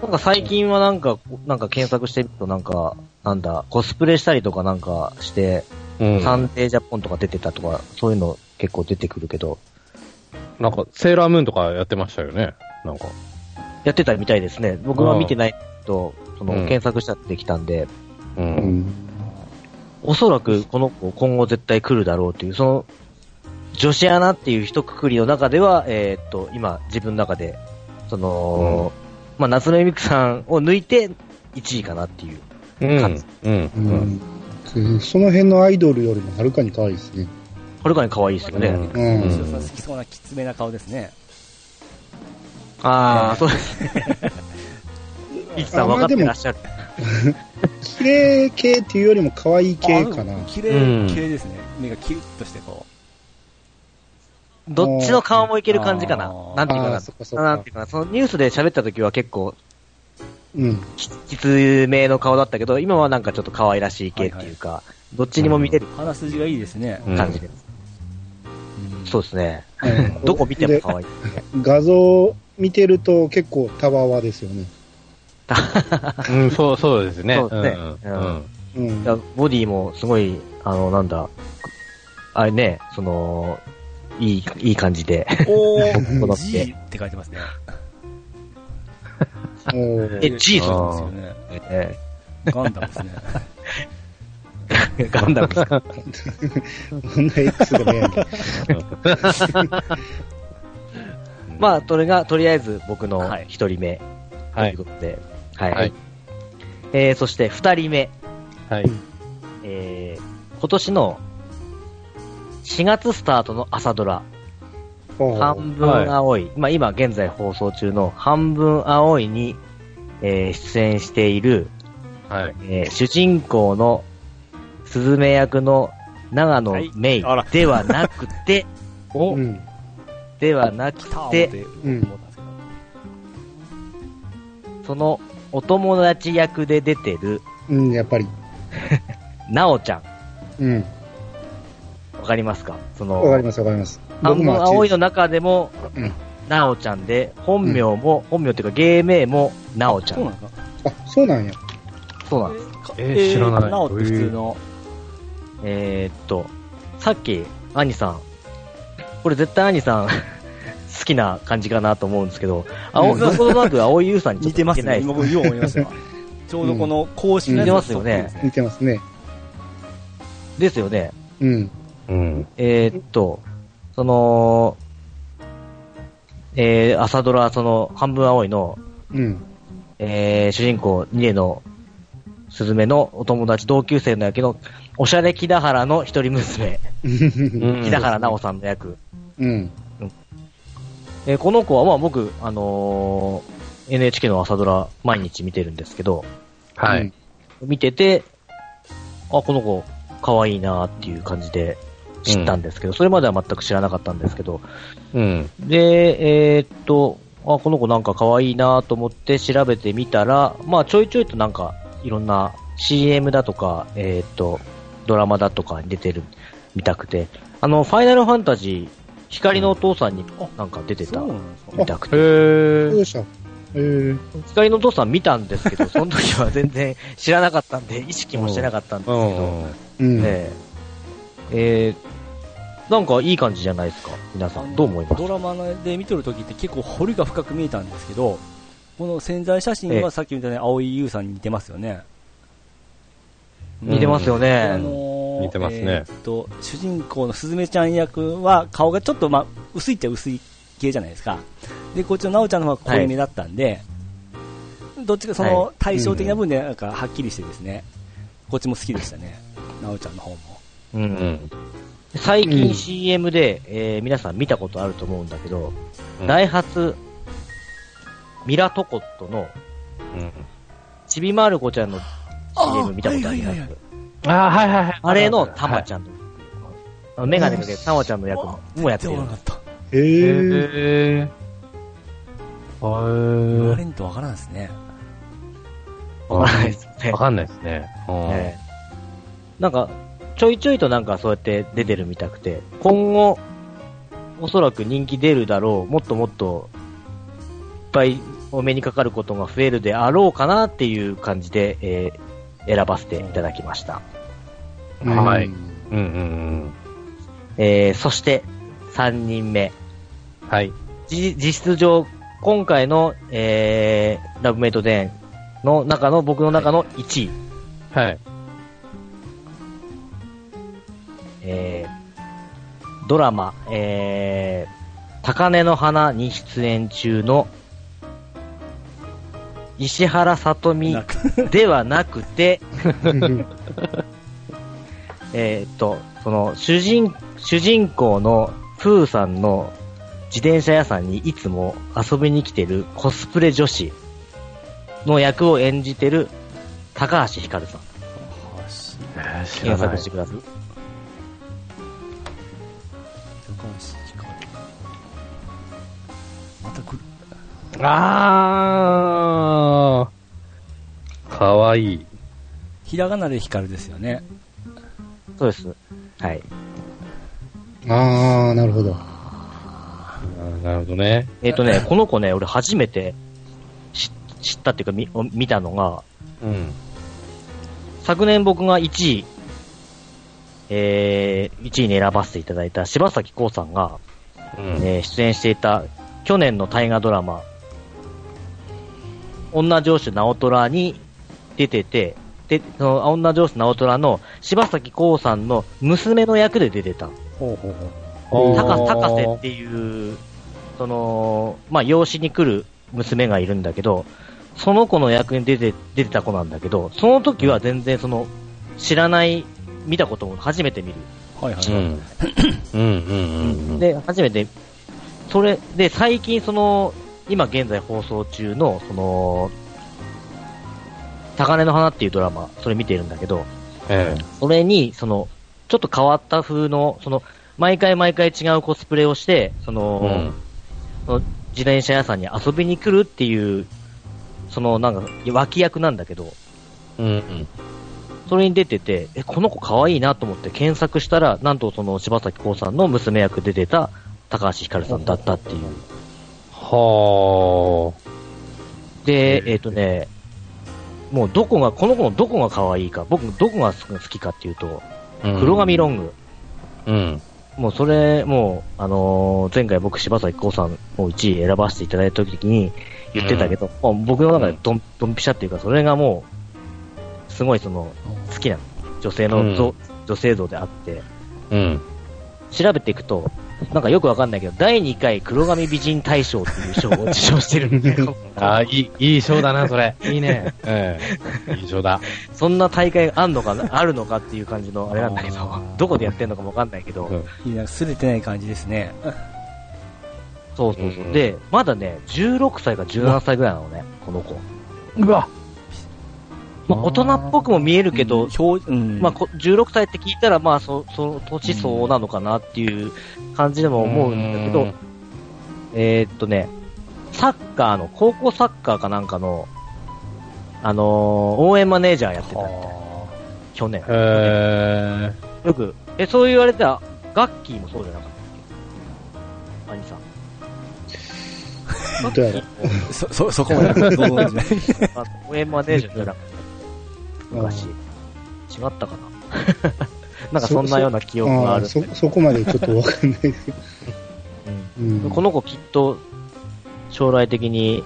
Speaker 4: なんか最近はなんか、なんか検索してみるとなんか、なんだ、コスプレしたりとかなんかして、
Speaker 1: うん。
Speaker 4: サンデージャポンとか出てたとか、そういうの結構出てくるけど、
Speaker 1: なんか、セーラームーンとかやってましたよね。なんか。
Speaker 4: やってたみたいですね。僕は見てないと、その、
Speaker 1: うん
Speaker 4: 検索したってきたんで、
Speaker 1: う。
Speaker 2: うんん。
Speaker 4: おそらくこの子今後絶対来るだろうという、その、女子アナっていう一括りの中では、えーっと、今自分の中で、その、まあ、夏目みくさんを抜いて1位かなっていう。
Speaker 1: うん。うん。
Speaker 2: う
Speaker 1: うん。
Speaker 2: んその辺のアイドルよりもはるかに可愛いですね。
Speaker 4: はるかに可愛いですよね。
Speaker 2: うん
Speaker 3: 吉田さん好きそうなきつめな顔ですね。
Speaker 4: あ あ、そうですね。いつさん分かってらっしゃる。
Speaker 2: 綺麗系っていうよりも可愛い系かな
Speaker 3: あ。綺麗系ですね。目がキリッとしてこ
Speaker 4: どっちの顔もいける感じかな
Speaker 3: あ。ー
Speaker 4: なんていう
Speaker 2: あーそっかそ
Speaker 4: か
Speaker 2: っ
Speaker 4: な。
Speaker 2: か
Speaker 4: なんていうかな。そのニュースで喋った時は結構
Speaker 2: うん。
Speaker 4: き、きつめの顔だったけど、今はなんかちょっと可愛らしい系っていうか、どっちにも見てる
Speaker 3: う。鼻筋がいいですね。
Speaker 4: 感じです。そうですね。
Speaker 2: うん
Speaker 4: どこ見ても可愛い。
Speaker 2: 画像見てると結構たわわですよね。
Speaker 1: うん、そう、そうですね。
Speaker 4: そうですね
Speaker 1: うん
Speaker 4: う
Speaker 1: うん。
Speaker 2: うん。
Speaker 4: ボディもすごい、あの、なんだ、あれね、その、いい、いい感じで。
Speaker 3: お
Speaker 4: こ
Speaker 3: ー、
Speaker 4: だって
Speaker 3: G って書いてますね。
Speaker 2: もう
Speaker 4: え、G
Speaker 1: あ
Speaker 4: す
Speaker 1: ー
Speaker 3: そうですよね。
Speaker 4: るね。
Speaker 3: ガンダムです ね。
Speaker 4: ガンダムですか。
Speaker 2: こんな X でもやんけ
Speaker 4: まあ、それが、とりあえず僕の
Speaker 3: はい
Speaker 4: 一人目と。
Speaker 1: はいいう
Speaker 4: ことで。はい。
Speaker 1: はい
Speaker 4: えー、そして二人目。
Speaker 1: はい。
Speaker 4: えー、今年の4月スタートの朝ドラ、
Speaker 2: ほう
Speaker 4: 半分青い、まあ今現在放送中の半分青いに、えー出演している、
Speaker 1: はい。
Speaker 4: えー主人公のスズメ役の長野芽
Speaker 3: はいあら
Speaker 4: 衣ではなく て、
Speaker 1: お
Speaker 2: うん。
Speaker 4: ではなく
Speaker 3: 来た
Speaker 4: て、
Speaker 3: ーっ
Speaker 2: う
Speaker 3: て
Speaker 2: ん
Speaker 3: 思ったんですけど。
Speaker 4: そのお友達役で出てる、
Speaker 2: うん、やっぱり。
Speaker 4: なおちゃん。
Speaker 2: うん。
Speaker 4: わかりますかその、
Speaker 2: わかります、わかります。
Speaker 4: 半分
Speaker 2: あっち
Speaker 4: 青いの中でも
Speaker 2: うん、
Speaker 4: なおちゃんで、本名も、本名っていうか芸名も、なおちゃ。
Speaker 3: そうんなんですか
Speaker 2: あ、そうなんや。
Speaker 4: そうなんです。
Speaker 3: か
Speaker 1: えー知らない
Speaker 3: なおって普通の、
Speaker 4: えーっと、さっき、アニさん、これ絶対アニさん 好きな感じかなと思うんですけど、青、
Speaker 3: うん
Speaker 4: どことなく青井優さんにちょ
Speaker 3: 似
Speaker 4: っと
Speaker 3: てま
Speaker 4: 似て
Speaker 3: す
Speaker 4: な
Speaker 3: ね。
Speaker 4: いです
Speaker 3: 今僕、よう思いま したわ。ちょうどこの公式のやつ
Speaker 4: うん似てますよね
Speaker 2: 似てますね。
Speaker 4: ですよね。
Speaker 2: うん。
Speaker 1: うん。
Speaker 4: えーっと、その、えー、朝ドラ、その、半分青いの、
Speaker 2: うん。
Speaker 4: えー、主人公、ニレの、スズメのお友達、同級生の役の、おしゃれ木田原の一人娘、
Speaker 1: うん
Speaker 4: 木田原奈緒さんの役。
Speaker 2: うん。
Speaker 4: えーこの子は、まあ僕、あのー NHK の朝ドラ、毎日見てるんですけど、
Speaker 1: はい。。
Speaker 4: 見てて、あ、この子、可愛いなっていう感じで知ったんですけど、それまでは全く知らなかったんですけど、
Speaker 1: うん。
Speaker 4: で、えーっと、あ、この子なんか可愛いなと思って調べてみたら、まあちょいちょいとなんかいろんな CM だとか、えーっと、ドラマだとかに出てるみたくて、あの、ファイナルファンタジー、光のお父さんになんか出てた
Speaker 3: そうなんですか
Speaker 4: みたく
Speaker 1: へ
Speaker 4: て、
Speaker 1: え
Speaker 2: どう。したえー、
Speaker 4: 光のお父さん見たんですけ ど、その時は全然知らなかったんで、意識もしてなかったんですけ
Speaker 1: う
Speaker 4: ど、
Speaker 1: ん。
Speaker 2: うん。
Speaker 4: ねええーなんかいい感じじゃないですか、皆さん。どう思います
Speaker 3: ドラマで見とる時って結構彫りが深く見えたんですけど、この潜在写真
Speaker 4: え
Speaker 3: は
Speaker 4: え
Speaker 3: さっきみたいに青井優さんに似てますよね。
Speaker 1: うん
Speaker 4: 似てますよ
Speaker 3: で
Speaker 4: ね。
Speaker 3: あのー
Speaker 1: 似てますね
Speaker 3: えーっと、主人公のすずめちゃん役は顔がちょっと、まあ、薄いっちゃ薄い系じゃないですか。で、こっちのなおちゃんの方が濃いめだったんで、どっちかその対照的な部分でなんかはっきりしてですね、こっちも好きでしたね。なおちゃんの方も。
Speaker 4: う
Speaker 1: うんん。
Speaker 4: 最
Speaker 2: うん
Speaker 4: 近 CM で、えー皆さん見たことあると思うんだけど、
Speaker 1: うん
Speaker 4: ダイハツ、ミラトコットの
Speaker 1: うん
Speaker 4: ちびまる子ちゃんの CM 見たことありま
Speaker 3: はいはいはいは
Speaker 4: す
Speaker 3: い
Speaker 1: ああ、はいはいはい。
Speaker 4: あれのたまちゃんの、あのメガネかけ
Speaker 2: あ
Speaker 4: てたまちゃんの役ももやって
Speaker 3: で
Speaker 4: る
Speaker 3: も。なかった。
Speaker 2: え
Speaker 1: へ
Speaker 2: ー、
Speaker 1: え。
Speaker 3: 言
Speaker 1: は
Speaker 3: われんとわからんですね。
Speaker 4: わからないですよ
Speaker 1: い。
Speaker 4: ね
Speaker 1: わ。かんないですね。うん
Speaker 4: えーなんか、ちょいちょいとなんかそうやって出てるみたくて、今後、おそらく人気出るだろう、もっともっと、いっぱいお目にかかることが増えるであろうかなっていう感じで、えー選ばせていただきました。
Speaker 1: はい
Speaker 2: うん
Speaker 1: うんうん
Speaker 4: えーそして、3人目。
Speaker 1: うん。はい。
Speaker 4: じ実質上、今回の、えーラブメイト10の中の、僕の中の1位。
Speaker 1: はい。
Speaker 4: えードラマ、えー高根の花に出演中の石原さとみ
Speaker 3: なんか
Speaker 4: ではなくて、
Speaker 2: うん
Speaker 4: えーっと、その主人、主人公のプーさんの自転車屋さんにいつも遊びに来てるコスプレ女子の役を演じてる高橋ひかるさん。
Speaker 1: 知
Speaker 4: 検索してください。
Speaker 3: 高橋ひかる。また来る。
Speaker 1: あー。かわいい。
Speaker 3: ひらがなでひかるですよね。
Speaker 4: そうです。はい。
Speaker 2: あー、なるほど。
Speaker 1: あーなるほどね。
Speaker 4: えっ、とね、この子ね、俺初めて知知ったっていうか見見たのが、
Speaker 1: うん。
Speaker 4: 昨年僕が1位、えー、1位に選ばせていただいた柴咲コウさんが、
Speaker 1: うん。
Speaker 4: えー出演していた去年の大河ドラマ、女上司直虎に出てて、で、その女上司直虎の柴咲コウさんの娘の役で出てた。
Speaker 3: ほうほうほう。
Speaker 1: おー
Speaker 4: 高高瀬っていう、その、まあ、養子に来る娘がいるんだけど、その子の役に出て、出てた子なんだけど、その時は全然その、知らない、見たことも初めて見る。
Speaker 3: はいは
Speaker 1: う
Speaker 3: い。
Speaker 1: ん。うんうんうんうん。
Speaker 4: で、初めて、それ、で、最近その、今現在放送中の、その、高根の花っていうドラマ、それ見てるんだけど、
Speaker 1: え
Speaker 4: それに、その、ちょっと変わった風の、その、毎回毎回違うコスプレをして、そ
Speaker 1: え。
Speaker 4: の、
Speaker 1: うん。
Speaker 4: その自転車屋さんに遊びに来るっていう、そのなんか脇役なんだけど、
Speaker 1: うん。
Speaker 4: それに出てて、え、この子可愛いなと思って検索したら、なんとその柴咲コウさんの娘役で出てた高橋ひかるさんだったっていう。
Speaker 1: は
Speaker 4: で、えっ、とね、もうどこが、この子のどこが可愛いか、僕、どこが好きかっていうと、黒髪ロング。
Speaker 1: うん。
Speaker 4: もうそれ、もう、あのー前回僕、柴咲コウさんを1位選ばせていただいた時に言ってたけど、もう僕の中でドンドンピシャっていうか、それがもう、すごいその、好きな女性の像、女性像であって、
Speaker 1: うん。
Speaker 4: 調べていくと、なんかよくわかんないけど、第2回黒髪美人大賞っていう賞を受賞してるんで、
Speaker 1: ああ、いい、いい賞だな、それ。 いいね。ええいい賞だ。
Speaker 4: そんな大会あんのかな、あるのかっていう感じのあれなんだけ
Speaker 1: あ
Speaker 4: ど
Speaker 1: ー、
Speaker 4: どこでやってんのかもわかんないけど、
Speaker 1: うん
Speaker 3: いや、すれてない感じですね。
Speaker 4: そうそうそう、
Speaker 1: うんうん
Speaker 4: で、まだね、16歳か17歳ぐらいなのね、この子。
Speaker 1: うわ
Speaker 4: まあ、大人っぽくも見えるけど、
Speaker 3: 表、うん。
Speaker 4: まあ、こ16歳って聞いたら、まあ、そその年相応なのかなっていう感じでも思うんだけど、
Speaker 1: うん
Speaker 4: えーっとね、サッカーの、高校サッカーかなんかの、あのー応援マネージャーやってたみたい去年。
Speaker 1: へ
Speaker 4: よく、え、そう言われたら、ガッキーもそうじゃなかったっけ兄さん。
Speaker 2: どうやろ
Speaker 3: そ、そ、 そこまでご存知ない。
Speaker 4: あ応援マネージャーじゃなかった。昔。
Speaker 2: う
Speaker 4: 違ったか ななんかそんなような記憶があ
Speaker 2: あ
Speaker 4: る
Speaker 2: ー。そそこまでちょっとわかんないですけど、
Speaker 4: うん
Speaker 2: うん、
Speaker 4: この子きっと将来的に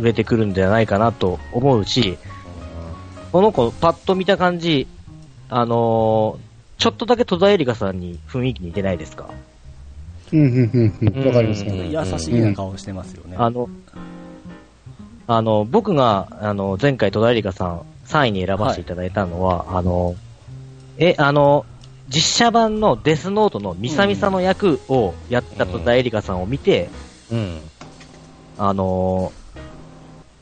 Speaker 4: 売れてくるんじゃないかなと思うし、この子パッと見た感じ、あのーちょっとだけ戸田恵梨香さんに雰囲気似てないですか、
Speaker 2: うんうんうんうんわかります
Speaker 1: うん
Speaker 2: ね。
Speaker 3: 優しいな顔してますよね。
Speaker 4: あの、あの、僕が、あの、前回戸田恵梨香さん3位に選ばせていただいたのは、あの、え、あの、実写版のデスノートのミサミサの役をやった戸田恵梨香さんを見て、
Speaker 1: ーうん。
Speaker 4: あの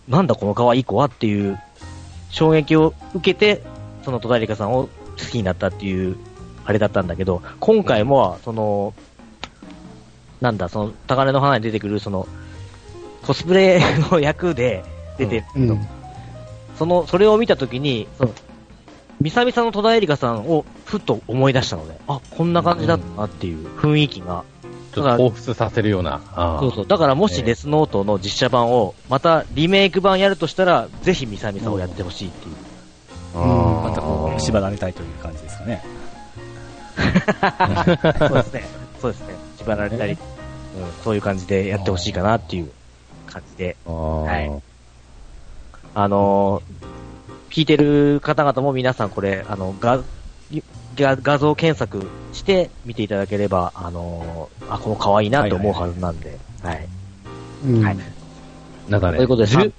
Speaker 4: ーなんだこの可愛い子はっていう衝撃を受けて、その戸田恵梨香さんを好きになったっていう、あれだったんだけど、今回も、その、なんだ、その、高嶺の花に出てくる、その、コスプレの役で出てるけど、
Speaker 2: うん
Speaker 4: その、それを見たときに、その、みさみさの戸田恵梨香さんをふっと思い出したので、あ、こんな感じだったなっていう雰囲気が、
Speaker 1: ちょっと彷彿させるような。あー
Speaker 4: そうそう。だからも
Speaker 1: え
Speaker 4: し
Speaker 1: え
Speaker 4: デスノートの実写版を、またリメイク版やるとしたら、ぜひミサミサをやってほしいっていう。
Speaker 1: あー
Speaker 3: またこう、縛られたいという感じですかね。
Speaker 4: そうですね。そうですね。縛られたり、うん、そういう感じでやってほしいかなっていう感じで。
Speaker 1: あー
Speaker 4: はいあのー聞いてる方々も皆さんこれ、あの、画、画画像検索して見ていただければ、あのーあ、この可愛いなと思うはずなんで、はい。
Speaker 2: うん
Speaker 4: はい
Speaker 1: なんか
Speaker 4: と
Speaker 1: ね、
Speaker 4: いうことで、
Speaker 1: 10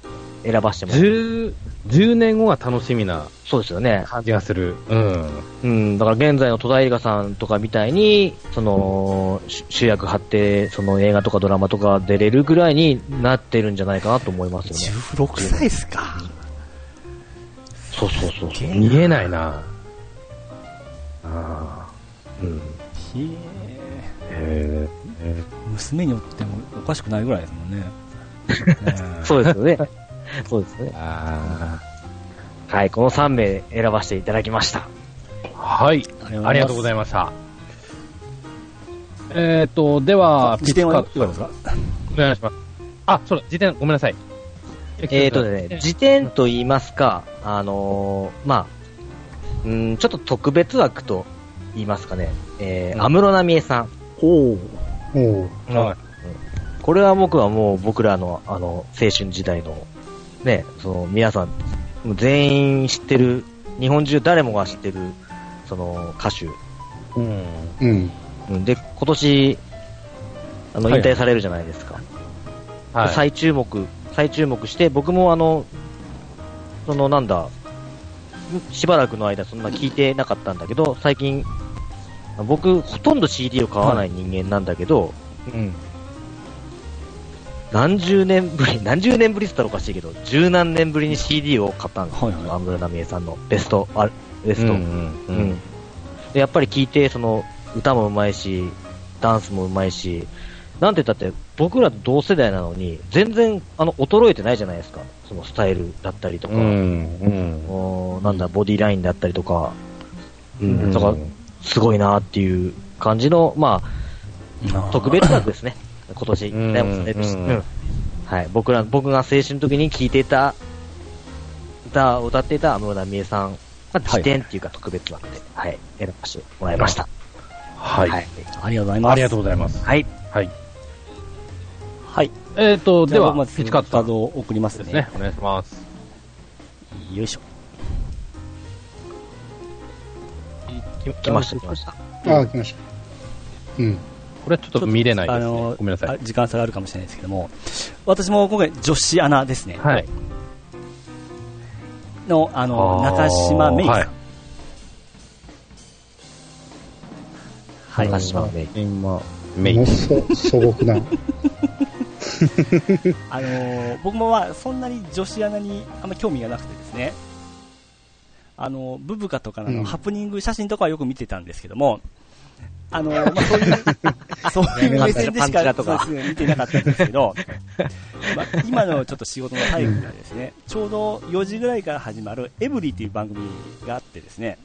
Speaker 4: 10選ばしてもらう。
Speaker 1: 10 10年後が楽しみな
Speaker 4: そうですよね。
Speaker 1: 感じがする。うん。
Speaker 4: うん、だから現在の戸田恵梨香さんとかみたいに、その、主主役張って、その映画とかドラマとか出れるぐらいになってるんじゃないかなと思いますよね。
Speaker 3: 16歳っすか。
Speaker 4: そうそうそうそう。
Speaker 1: 見えないな。あ
Speaker 4: うん。
Speaker 3: へえ。
Speaker 1: あ。へえ。
Speaker 3: 娘によってもおかしくないぐらいですもんね。
Speaker 4: そうですよね。 そうですね。
Speaker 1: あ
Speaker 4: はい、この3名選ばせていただきました。
Speaker 1: あ。はい。ありがとうござい
Speaker 3: ま
Speaker 1: ました。えっ、ー、と、では、
Speaker 3: 自転
Speaker 1: ピ
Speaker 3: は
Speaker 1: ッ
Speaker 3: い
Speaker 1: ツ
Speaker 3: かがですか
Speaker 1: お願いします。あ、そうだ、自転、ごめんなさい。
Speaker 4: えーとね、辞典と言いますか、あのーまあ、うん、ちょっと特別枠と言いますかね、えー、安室奈美恵さん。
Speaker 3: おお。
Speaker 2: おう
Speaker 1: はい
Speaker 4: これは僕はもう僕らのあの青春時代のね、その皆さん全員知ってる、日本中誰もが知ってるその歌手。
Speaker 1: うん。
Speaker 2: うん。
Speaker 4: うんで、今年あの
Speaker 1: はい
Speaker 4: 引退されるじゃないですか。
Speaker 1: はい。
Speaker 4: 再注目、再注目して、僕もあの、そのなんだ、しばらくの間そんな聞いてなかったんだけど、最近、僕ほとんど CD を買わない人間なんだけど、
Speaker 1: うん。
Speaker 4: 何十年ぶり、何十年ぶりって言ったらおかしいけど、十何年ぶりに CD を買ったんですよ。
Speaker 3: はいはい
Speaker 4: 安室奈美恵さんのベスト、あベ
Speaker 1: う
Speaker 4: ス
Speaker 1: ん
Speaker 4: ト。
Speaker 1: う。
Speaker 4: うんんでやっぱり聞いて、その、歌もうまいし、ダンスもうまいし、なんて言ったって、僕らと同世代なのに、全然、あの、衰えてないじゃないですか。そのスタイルだったりとか、
Speaker 1: うん。うん。
Speaker 4: おーなんだ、ボディラインだったりとか、う
Speaker 1: うん
Speaker 4: ん、だから、すごいなっていう感じの、まあ、特別枠です ね。今年、
Speaker 1: うん
Speaker 4: ダイヤモンドステップス
Speaker 1: う
Speaker 4: うんんはい、僕ら、僕が青春の時に聴いていた歌を歌っていた安室奈美恵さんが
Speaker 3: はい
Speaker 4: 辞典っていうか特別枠で、はい、選ばせてもらいました。
Speaker 1: はい。
Speaker 4: はい。
Speaker 3: ありがとうございます。
Speaker 1: ありがとうございます。
Speaker 4: はい。
Speaker 1: はい。
Speaker 3: はい。
Speaker 1: えっ、ー、と、で
Speaker 3: じゃあ
Speaker 1: は、
Speaker 3: まず
Speaker 1: ピチカッ
Speaker 3: カ
Speaker 1: ト
Speaker 3: ードを送ります
Speaker 1: で
Speaker 3: ね
Speaker 1: すね。お願いします。
Speaker 3: よいしょ。
Speaker 1: き
Speaker 4: 来ました、来ました。
Speaker 2: ああ、来ました。うん。
Speaker 1: これはちょっと見れないです、ね。
Speaker 3: ちょっと
Speaker 1: ごめんなさ
Speaker 3: あ
Speaker 1: い。
Speaker 3: 時間差があるかもしれないですけども、私も今回、女子アナですね。
Speaker 1: はい。
Speaker 3: の、あの、
Speaker 1: あー
Speaker 3: 中島芽
Speaker 1: は
Speaker 3: 衣
Speaker 1: い
Speaker 3: さん。はい。
Speaker 4: 中島芽
Speaker 1: 今、メイ
Speaker 2: もの
Speaker 1: ク。
Speaker 2: すごく素朴な。
Speaker 3: あのー僕もまあそんなに女子アナにあんま興味がなくてですね、あのーブブカとかのあの
Speaker 2: うん
Speaker 3: ハプニング写真とかはよく見てたんですけども、あの ーまあ、そういう、そういう目線でし
Speaker 4: パンチラ
Speaker 3: か
Speaker 4: とか
Speaker 3: そうですね見てなかったんですけど、まあ、今のちょっと仕事の最後がですね、ちょうど4時ぐらいから始まるエブリィという番組があってですね、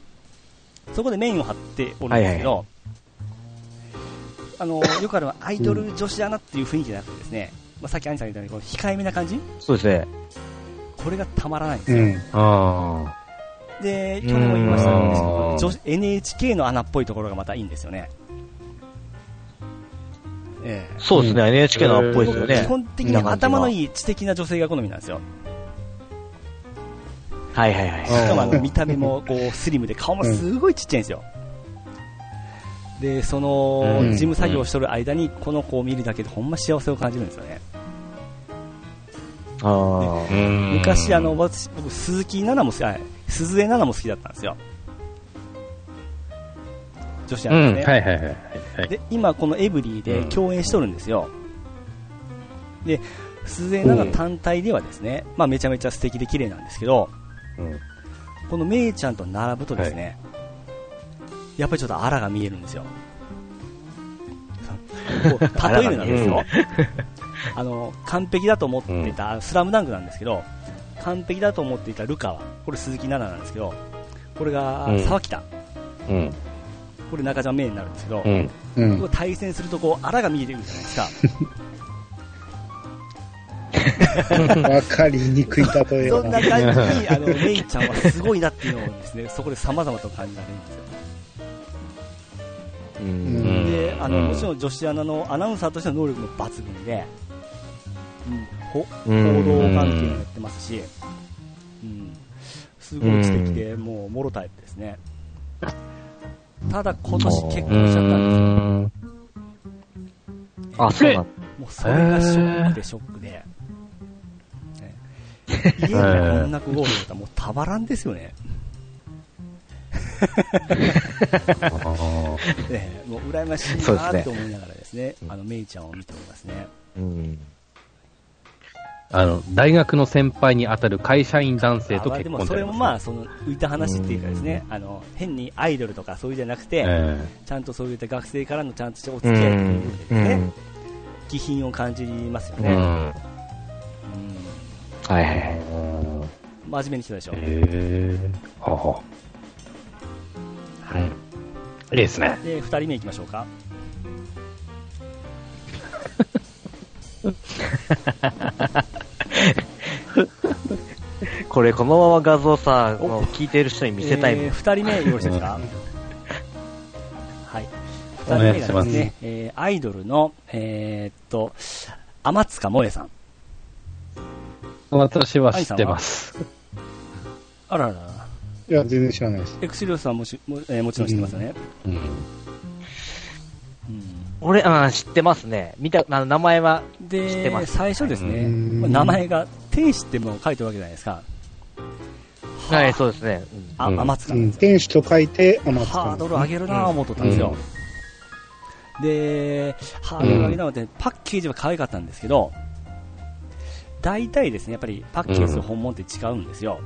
Speaker 3: そこでメインを張っておるんですけど、
Speaker 4: は
Speaker 3: あのーよくあるのはアイドル女子アナっていう雰囲気じゃなくてですね、まあ、さっきアニさんが言ったようにこの控えめな感じ
Speaker 4: そうですね。
Speaker 3: これがたまらないんです
Speaker 2: う
Speaker 3: よ。
Speaker 2: ん。
Speaker 1: あ
Speaker 3: で、去年も言いましたんですけ
Speaker 1: う
Speaker 3: ど
Speaker 1: ん
Speaker 3: 女子、NHK の穴っぽいところがまたいいんですよね。ええ
Speaker 4: そうですね、NHK のっぽいですよ
Speaker 1: ええ
Speaker 4: ね。
Speaker 3: 基本的に頭のいい知的な女性が好みなんですよ。
Speaker 4: はいはいはい。
Speaker 3: しかもあ
Speaker 2: う
Speaker 3: の
Speaker 2: ん
Speaker 3: 見た目もこうスリムで顔もすごいちっちゃいんですよ。で、その
Speaker 1: うん
Speaker 3: 事務作業をしとる間にこの子を見るだけでほんま幸せを感じるんですよね。
Speaker 4: あー
Speaker 1: あ。うん
Speaker 3: 昔あの、私僕鈴木奈々も好きあ鈴江奈々も好きだったんですよ。女子
Speaker 1: う
Speaker 3: なんです
Speaker 1: ん、
Speaker 3: ね。
Speaker 1: はいはいはいはい。はい
Speaker 3: で今このエブリィで共演しとるんですよ、で鈴江奈々単体ではですね、まあ、めちゃめちゃ素敵で綺麗なんですけど
Speaker 1: うん
Speaker 3: このめいちゃんと並ぶとですね、やっぱりちょっとあらが見えるんですよこう例えるなんですよ、あの完璧だと思ってた、スラムダンクなんですけど完璧だと思っていたルカはこれ鈴木奈々なんですけどこれが
Speaker 1: うん
Speaker 3: 沢北、
Speaker 1: うん。
Speaker 3: これ中島芽衣になるんですけど、
Speaker 1: うん。
Speaker 2: うん
Speaker 3: こう。対戦するとこう、あらが見えてくるじゃないですか。
Speaker 2: わかりにくい例え
Speaker 3: そんな
Speaker 2: が。
Speaker 3: 感じ に、あの、メイちゃんはすごいなっていうのをですね、そこで様々と感じられるんですよ。
Speaker 4: う。
Speaker 1: うんん
Speaker 3: で、あの、
Speaker 1: うん
Speaker 3: もちろん女子アナのアナウンサーとしての能力も抜群で、うん、ほ
Speaker 4: う
Speaker 3: 報道
Speaker 4: ん。
Speaker 3: 関係もやってますし、うん、すごい知的で、もう、もろタイプですね。ただ、今年結
Speaker 1: う
Speaker 3: 婚しちゃったんですよ。
Speaker 1: ん。
Speaker 4: あ、そうなんだ。
Speaker 3: もうそれがショックでショックで、 ね家にこんな子がおるんだったらもうたまらんですよね。
Speaker 1: あー
Speaker 3: ねもう羨ましい
Speaker 4: そうで
Speaker 3: な
Speaker 4: すね
Speaker 3: って思いながらですね、
Speaker 4: うん
Speaker 3: あの、メイちゃんを見ておりますね。
Speaker 4: うん。
Speaker 1: あの、大学の先輩に当たる会社員男性
Speaker 3: あ
Speaker 1: と
Speaker 3: まあ
Speaker 1: 結
Speaker 3: で
Speaker 1: 婚
Speaker 3: も
Speaker 1: って
Speaker 3: そ
Speaker 1: あ
Speaker 3: れ
Speaker 1: り
Speaker 3: も
Speaker 1: すね
Speaker 3: まあ、その、浮いた話っていうかですね、あの、変にアイドルとかそういうじゃなくて、
Speaker 1: え
Speaker 3: ちゃんとそういった学生からのちゃんとしたお
Speaker 4: う
Speaker 3: 付き合いという部分
Speaker 4: ん
Speaker 3: で。
Speaker 4: う
Speaker 3: ですね
Speaker 4: ん、
Speaker 3: 気品を感じますよ
Speaker 1: え
Speaker 3: ね。うん
Speaker 4: はいはいはい。
Speaker 1: うん。
Speaker 3: 真面目に来たでしょ。
Speaker 1: えー、はは。はい。いいですね。
Speaker 3: で、二人目行きましょうか。
Speaker 4: これ、このまま画像さ、もう聞いてる人に見せたいもん
Speaker 3: えー二人目よろしいですか
Speaker 1: うん
Speaker 3: はい。二
Speaker 1: お
Speaker 3: 人
Speaker 1: 願い
Speaker 3: 目
Speaker 1: し
Speaker 3: が
Speaker 1: ま
Speaker 3: ですすね、えーアイドルの、えーっと、天塚萌さん。
Speaker 1: 私は知ってます。
Speaker 3: あららら。
Speaker 2: いや、全然知らないです。
Speaker 3: エクシリオスさんもしも,、えーもちろん知ってますよね。
Speaker 1: うん。
Speaker 4: 俺、あー知ってますね。見た、あの名前は、
Speaker 3: で
Speaker 4: 知ってます
Speaker 3: 最初ですね、
Speaker 2: うん
Speaker 3: まあ名前が天使ってものを書いてるわけじゃないですか。
Speaker 4: はい、そうですね。うん
Speaker 3: あ、
Speaker 1: うん
Speaker 3: 天塚
Speaker 2: う
Speaker 3: なん
Speaker 2: ん。
Speaker 3: ですよ。
Speaker 2: 天使と書いて、天津
Speaker 3: ハード
Speaker 2: か。
Speaker 3: ル上げるなぁ思っとったんですよ。で、ハードル上げなので、パッケージは可愛かったんですけど、大体ですね、やっぱりパッケージと本物って違うんですよ。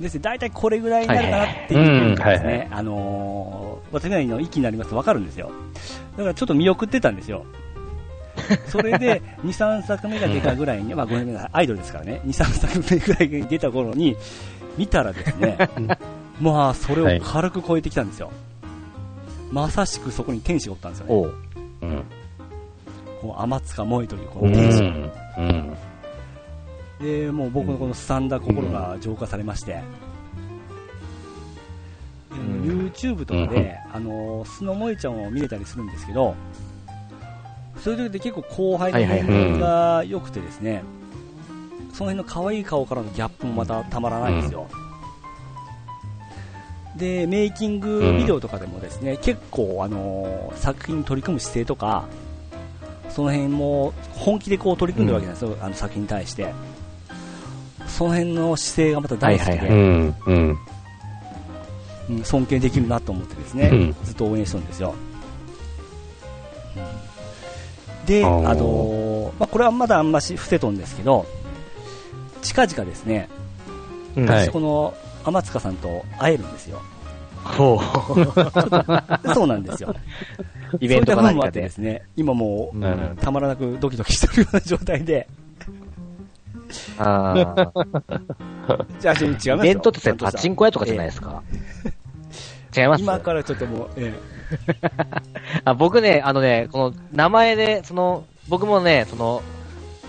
Speaker 3: ですね、大体これぐらいになるかなっていうのがです
Speaker 1: はいはいはいうんはいは
Speaker 3: ね、あのー、私なりの域になりますと分かるんですよ。だからちょっと見送ってたんですよ。それで、2、3作目が出たぐらいに、まあごめんなさい、アイドルですからね、2、3作目ぐらいに出た頃に、見たらですね、まあ、それを軽く超えてきたんですよ。まさしくそこに天使がおったんですよね。
Speaker 4: おう。
Speaker 1: うん。
Speaker 3: この天塚萌というこ
Speaker 1: う
Speaker 3: の天使。
Speaker 1: ん。
Speaker 3: でもう僕のこのすさんだ心が浄化されまして、で
Speaker 4: うん
Speaker 3: YouTube とかで、あのスノモイちゃんを見れたりするんですけど、そういう時で結構後輩の
Speaker 4: はいはいはい
Speaker 3: 面が良くてですね、その辺の可愛い顔からのギャップもまたたまらないんですよ。でメイキングビデオとかでもですね、結構、あの作品に取り組む姿勢とかその辺も本気でこう取り組んでるわけなんですよ、あの作品に対してその辺の姿勢がまた大好きで、
Speaker 4: はいはいは
Speaker 1: うん、うん。
Speaker 3: うん尊敬できるなと思ってですね、
Speaker 1: うん
Speaker 3: ずっと応援してるんですよ、うんで、
Speaker 1: あー
Speaker 3: あのまあ、これはまだあんまし伏せとんですけど近々ですね
Speaker 4: うん
Speaker 1: はい
Speaker 3: 私この天塚さんと会えるん ですよ、
Speaker 4: ほう。
Speaker 3: そうなんですよ
Speaker 4: イベント
Speaker 3: そういった
Speaker 4: か何
Speaker 3: 分もあ
Speaker 4: か
Speaker 3: ってで。
Speaker 4: です
Speaker 3: ね今もう
Speaker 4: うん
Speaker 1: なるほど
Speaker 3: たまらなくドキドキしてるような状態で
Speaker 4: あ あ。
Speaker 3: じゃあ、違いますよ
Speaker 4: イベントってさパチンコ屋とかじゃない
Speaker 3: え
Speaker 4: ですか。違いま
Speaker 3: え
Speaker 4: す
Speaker 3: 今からちょっともう、ええ
Speaker 4: あ僕ね、あのね、この名前で、その、僕もね、その、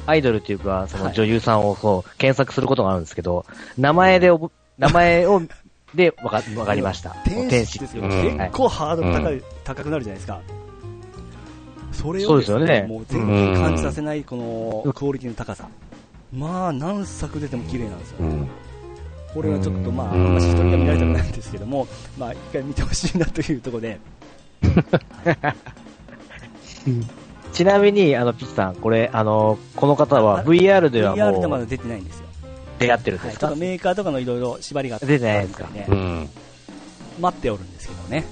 Speaker 4: アイドルっていうか、そ
Speaker 3: は
Speaker 4: の
Speaker 3: い
Speaker 4: 女優さんをこう検索することがあるんですけど、名前でおぼ、名前を、 で、わか、わかりました。
Speaker 3: 天使ですけ
Speaker 1: う
Speaker 3: ど、
Speaker 1: ん
Speaker 3: 結構ハードル高い、高くなるじゃないですか。それを
Speaker 4: そうですよね
Speaker 3: もう全然感じさせないこのクオリティの高さ。まあ、何作出ても綺麗なんですよ。
Speaker 1: うん。
Speaker 3: これはちょっとまあ、あ
Speaker 1: うん
Speaker 3: んまし人には見られたくないんですけども、まあ、一回見てほしいなというところで、
Speaker 4: ちなみに、あの、ピッチさん、これ、あの、この方は
Speaker 3: あ
Speaker 4: VR では
Speaker 3: VR で
Speaker 4: も
Speaker 3: まだ
Speaker 4: う
Speaker 3: 出てないんですよ。
Speaker 4: 出会ってるん
Speaker 3: は
Speaker 4: で
Speaker 3: い、
Speaker 4: す
Speaker 3: ちょっ
Speaker 4: か
Speaker 3: とメーカーとかのいろいろ縛りがあった
Speaker 4: 出てないですか
Speaker 3: ね
Speaker 1: う。ん。
Speaker 3: 待っておるんですけどね。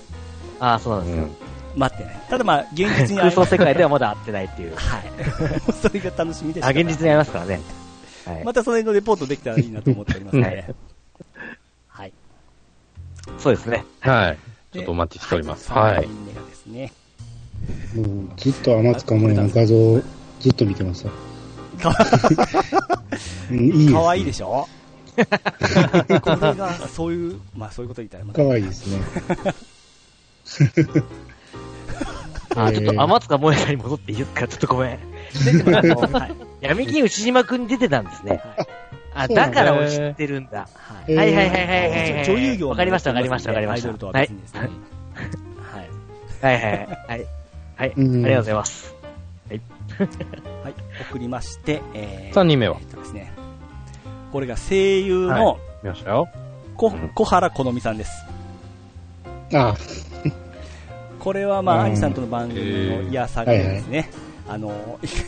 Speaker 4: ああ、そうなん
Speaker 1: う
Speaker 4: です
Speaker 1: ん。
Speaker 3: 待ってない。ただまあ、現実に会
Speaker 4: 空
Speaker 3: え
Speaker 4: 想世界ではまだ会ってないっていう。
Speaker 3: はい。 それが楽しみです
Speaker 4: あ、
Speaker 3: から。
Speaker 4: 現実に会いますからね。はい。
Speaker 3: またその辺のレポートできたらいいなと思っておりますの
Speaker 4: は
Speaker 3: で
Speaker 4: い。
Speaker 3: はい。
Speaker 4: そうですね。
Speaker 1: はい。ちょっとお待ちしております。は
Speaker 3: 3
Speaker 1: い。
Speaker 3: 人目がですね。
Speaker 2: もうずっと天塚萌えの画像をずっと見てますよ。
Speaker 3: かわ
Speaker 2: うん、いいです。
Speaker 3: かわいいでしょこれが、そういう、まあそういうこと言ったらまた
Speaker 2: か、わいいです ね。えー
Speaker 4: あ、ちょっと、天塚萌えさんに戻っていいですかちょっとごめん。
Speaker 3: 出てますよはい。
Speaker 4: 闇金牛島くんに出てたんですね。あ、
Speaker 2: そうなんだ
Speaker 4: だから俺知ってるんだ。
Speaker 3: は
Speaker 2: え
Speaker 3: い
Speaker 2: ー
Speaker 4: はいはいはいはいはいはい。
Speaker 3: 女優業
Speaker 4: わかりましたわかりましたわかりま
Speaker 3: アイ
Speaker 4: した。
Speaker 3: ド
Speaker 4: は
Speaker 3: ルとは
Speaker 4: いはい
Speaker 3: 別にですね。はい。
Speaker 4: はいはいはい。はい。あ
Speaker 2: う
Speaker 4: り
Speaker 2: ん
Speaker 4: がとうございます。
Speaker 3: はい。送りまして、えー
Speaker 1: 3人目は
Speaker 3: えっとですね。これが声優の
Speaker 1: 見ましたよ。
Speaker 3: こ
Speaker 1: うん
Speaker 3: 小原好美さんです。
Speaker 2: あ
Speaker 3: これはまあ、
Speaker 2: うん
Speaker 3: 兄さんとの番組のいや作品ですね、あの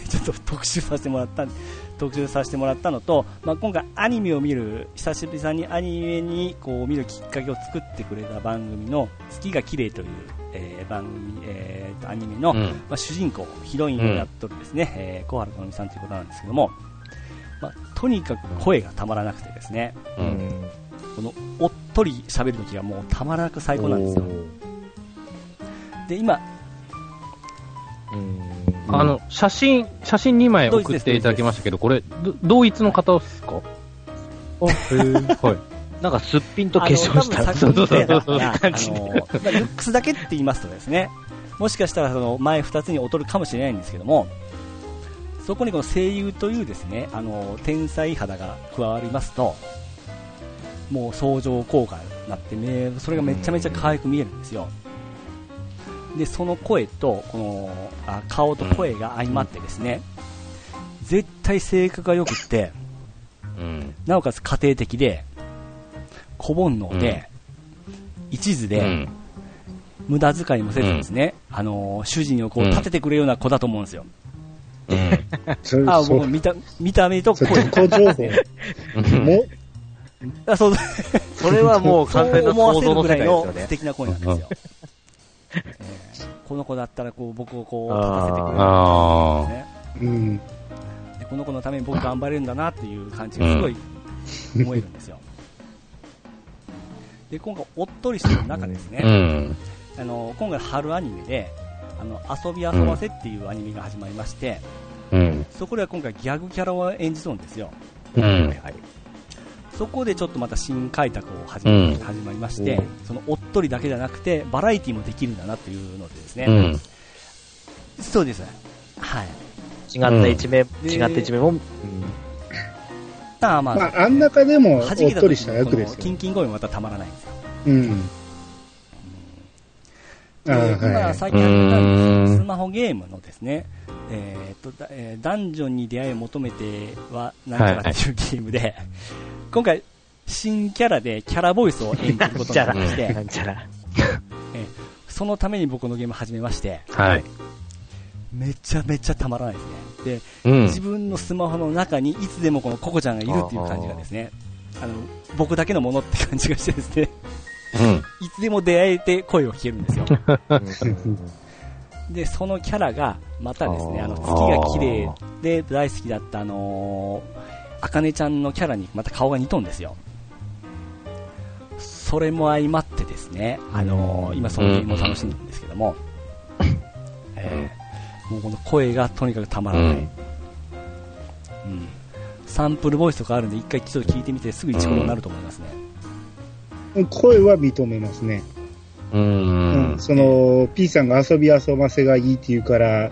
Speaker 3: ちょっと特集させてもらった 特集させてもらったのと、まあ、今回アニメを見る久しぶりさんにアニメにこう見るきっかけを作ってくれた番組の「月が綺麗という、えー番組、えーとアニメの、
Speaker 1: う
Speaker 3: ま
Speaker 1: ん。
Speaker 3: あ、主人公ヒロインをやっとるですね、えー小原好美さんということなんですけども、まあ、とにかく声がたまらなくてですね
Speaker 1: う。
Speaker 4: うんん。
Speaker 3: このおっとり喋る時がもうたまらなく最高なんですよで今
Speaker 1: あの、写真、写真2枚送っていただきましたけど、これ、ど同一の方ですかあ、へー はい。
Speaker 4: なんかすっぴんと化粧した。
Speaker 3: あの
Speaker 1: そ
Speaker 3: 多
Speaker 1: うそ
Speaker 3: 分
Speaker 1: うそうそう
Speaker 3: 作品名だからあのまあルックスだけって言いますとですね、もしかしたらその前2つに劣るかもしれないんですけども、そこにこの声優というですね、あの、天才肌が加わりますと、もう相乗効果になってね、それがめちゃめちゃ可愛く見えるんですよ。で、その声と、この、あ顔と声が相まってですね、絶対性格が良くって、
Speaker 1: うん。
Speaker 3: なおかつ家庭的で、小煩悩で、一途
Speaker 1: う
Speaker 3: で、
Speaker 1: ん。
Speaker 3: 無駄遣いもせずですね、あのー主人をこう
Speaker 1: うん
Speaker 3: 立ててくれるような子だと思うんですよ。
Speaker 1: う
Speaker 2: あ、それ、
Speaker 3: あ
Speaker 2: そ
Speaker 3: 僕
Speaker 2: う。
Speaker 3: 見た、見た目と
Speaker 2: そ
Speaker 3: 声
Speaker 2: れ、。特攻情報。
Speaker 1: ん。
Speaker 2: も
Speaker 3: あそう、
Speaker 4: それはもう
Speaker 3: そ
Speaker 4: 完全
Speaker 3: う
Speaker 4: な
Speaker 3: 思わ
Speaker 4: 想
Speaker 3: せ
Speaker 4: 像
Speaker 3: る
Speaker 4: の
Speaker 3: ぐ
Speaker 4: 世
Speaker 3: らいの
Speaker 4: 界ですよ
Speaker 3: 素
Speaker 4: ね。
Speaker 3: 敵な声なんですよ。えーこの子だったらこう僕をこう立たせてくれるよ う
Speaker 1: あ
Speaker 3: な子
Speaker 1: あ。
Speaker 3: ですね
Speaker 2: うん。
Speaker 3: でこの子のために僕頑張れるんだなっていう感じがすごい思えるん ですよ。で、今回おっとりしてる中ですね、
Speaker 1: うん。
Speaker 3: あの今回春アニメで「あの遊び遊ばせ」っていうアニメが始まりまして、
Speaker 1: うん。
Speaker 3: そこでは今回ギャグキャラを演じとるんですよ
Speaker 1: う
Speaker 4: は
Speaker 1: ん
Speaker 4: い。はい
Speaker 3: そこでちょっとまた新開拓を始め、
Speaker 1: うん
Speaker 3: 始まりましてそのおっとりだけじゃなくてバラエティもできるんだなというのでですね、
Speaker 1: うん。
Speaker 3: そうですはい
Speaker 4: 違った一面、
Speaker 3: で
Speaker 4: 違った一面も、うん
Speaker 3: ああまあ、
Speaker 2: まあ、あん中でも、おっ
Speaker 3: 弾けた
Speaker 2: とりした
Speaker 3: 時
Speaker 2: 役で
Speaker 3: のこの
Speaker 2: す
Speaker 3: キ
Speaker 2: よ。
Speaker 3: ンキン声もまたたまらないんですよ。
Speaker 2: うん。ああ、
Speaker 3: でま
Speaker 2: は
Speaker 3: あ、
Speaker 2: い。
Speaker 3: 最近始めたんで
Speaker 1: う
Speaker 3: すけ
Speaker 1: ーん
Speaker 3: どスマホゲームのですね、えーっとだえーダンジョンに出会いを求めてはなんちゃらっていうゲームで、今回、新キャラでキャラボイスを演じる ことになりまし
Speaker 4: な
Speaker 3: て、
Speaker 4: んちゃら。
Speaker 3: そのために僕のゲーム始めまして、
Speaker 1: はい。
Speaker 3: めちゃめちゃたまらないですね。で、
Speaker 1: うん。
Speaker 3: 自分のスマホの中にいつでもこのココちゃんがいるっていう感じがですね、あの、僕だけのものって感じがしてですね、
Speaker 1: うん。
Speaker 3: いつでも出会えて声を聞けるんですよ。
Speaker 4: うん
Speaker 3: で、そのキャラが、またですね、
Speaker 4: あー
Speaker 3: あの、月が綺麗で大好きだったあのー、あかねちゃんのキャラにまた顔が似とんですよ。それも相まってですね、あのー今そのゲームを楽しんでるんですけども、えーもうこの声がとにかくたまらない。
Speaker 1: うん
Speaker 3: うんサンプルボイスとかあるんで、一回ちょっと聞いてみて、すぐイチコロになると思いますね。
Speaker 2: 声は認めますね。
Speaker 1: う
Speaker 2: うん
Speaker 1: ん。
Speaker 2: その P さんが遊び遊ばせがいいっていうから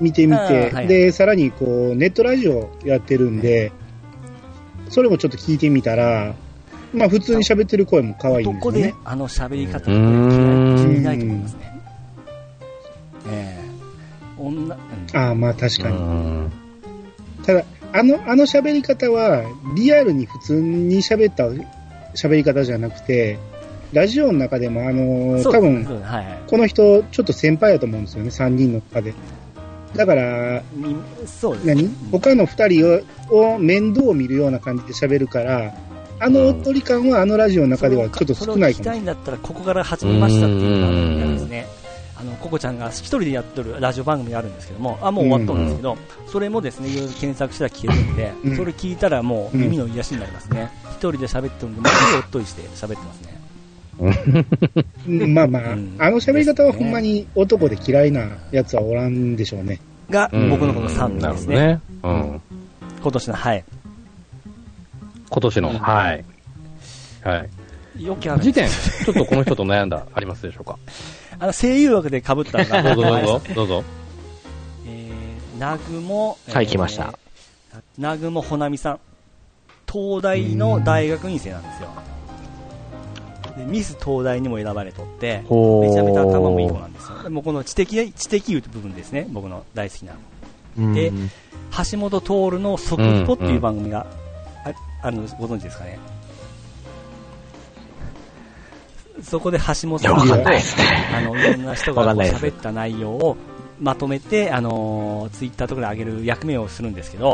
Speaker 2: 見てみ
Speaker 3: あ
Speaker 2: て、
Speaker 3: ーはい
Speaker 2: でさらにこうネットラジオやってるんで、それもちょっと聞いてみたら、まあ、普通に喋ってる声も可愛い
Speaker 3: ど
Speaker 2: んです
Speaker 3: こ
Speaker 2: よ
Speaker 3: で
Speaker 2: ね。
Speaker 3: あの喋り方の声気にないと思いますね。ええ女、うん
Speaker 2: ああまあ確か
Speaker 1: う
Speaker 2: に、
Speaker 1: ん。
Speaker 2: ただあのあの喋り方はリアルに普通に喋った喋り方じゃなくてラジオの中でもあの
Speaker 3: そう
Speaker 2: 多
Speaker 3: で
Speaker 2: 分
Speaker 3: すそうですはいはい
Speaker 2: この人ちょっと先輩やと思うんですよね3人の中でだから
Speaker 3: みそうです
Speaker 2: 何
Speaker 3: うん
Speaker 2: 他の2人をを面倒を見るような感じで喋るから、あのおっとり感はあのラジオの中ではちょっと少ない
Speaker 3: そ
Speaker 2: か
Speaker 3: れを聞きた
Speaker 2: もし
Speaker 3: いんだったら、ここから始めましたっていうのがあるんですね。あの、ココちゃんが一人でやってるラジオ番組があるんですけども、あ、もう終わったんですけど、それもですね、いろいろ検索したら消えるんで、
Speaker 2: うん
Speaker 3: それ聞いたらもう
Speaker 2: うん
Speaker 3: 耳の癒しになりますね。一人で喋ってるんで、まあ、おっとりして喋ってますね。
Speaker 2: れない。まあまあ、
Speaker 3: うん
Speaker 2: あの喋り方はほんまに男で嫌いなやつはおらんでしょうね。
Speaker 3: が、
Speaker 1: うん
Speaker 3: 僕のこの
Speaker 1: な
Speaker 3: 3名
Speaker 1: る
Speaker 3: で
Speaker 1: ほ
Speaker 3: す
Speaker 1: ど
Speaker 3: ね。
Speaker 1: ね。うん。
Speaker 3: 今年の、はい。
Speaker 1: 今年の。はい。はい。
Speaker 3: よくあるん
Speaker 1: 時
Speaker 3: で
Speaker 1: 点、
Speaker 3: す
Speaker 1: ちょっとこの人と悩ん だ、ありますでしょうか。
Speaker 3: あの、声優枠で被ったのが、
Speaker 1: どうぞどうぞ、どうぞ。
Speaker 3: えー、なぐも、
Speaker 4: はい来ました。
Speaker 3: なぐもほなみさん。東大の大学院生なんですよ。でミス東大にも選ばれとって、
Speaker 4: ほー
Speaker 3: めちゃめちゃ頭もいい子なんですよ。でもうこの知的、知的いう部分ですね、僕の大好きな。で
Speaker 4: うん
Speaker 3: 橋本徹の即リポっていう番組がああるのご存知ですかね。そこで橋本
Speaker 4: い
Speaker 3: さ
Speaker 4: や、
Speaker 3: んと
Speaker 4: わかんないですね。
Speaker 3: あの、いろんな人がこ
Speaker 4: わか
Speaker 3: うん
Speaker 4: ないです
Speaker 3: 喋った内容をまとめて、あのーツイッターとかで上げる役目をするんですけど、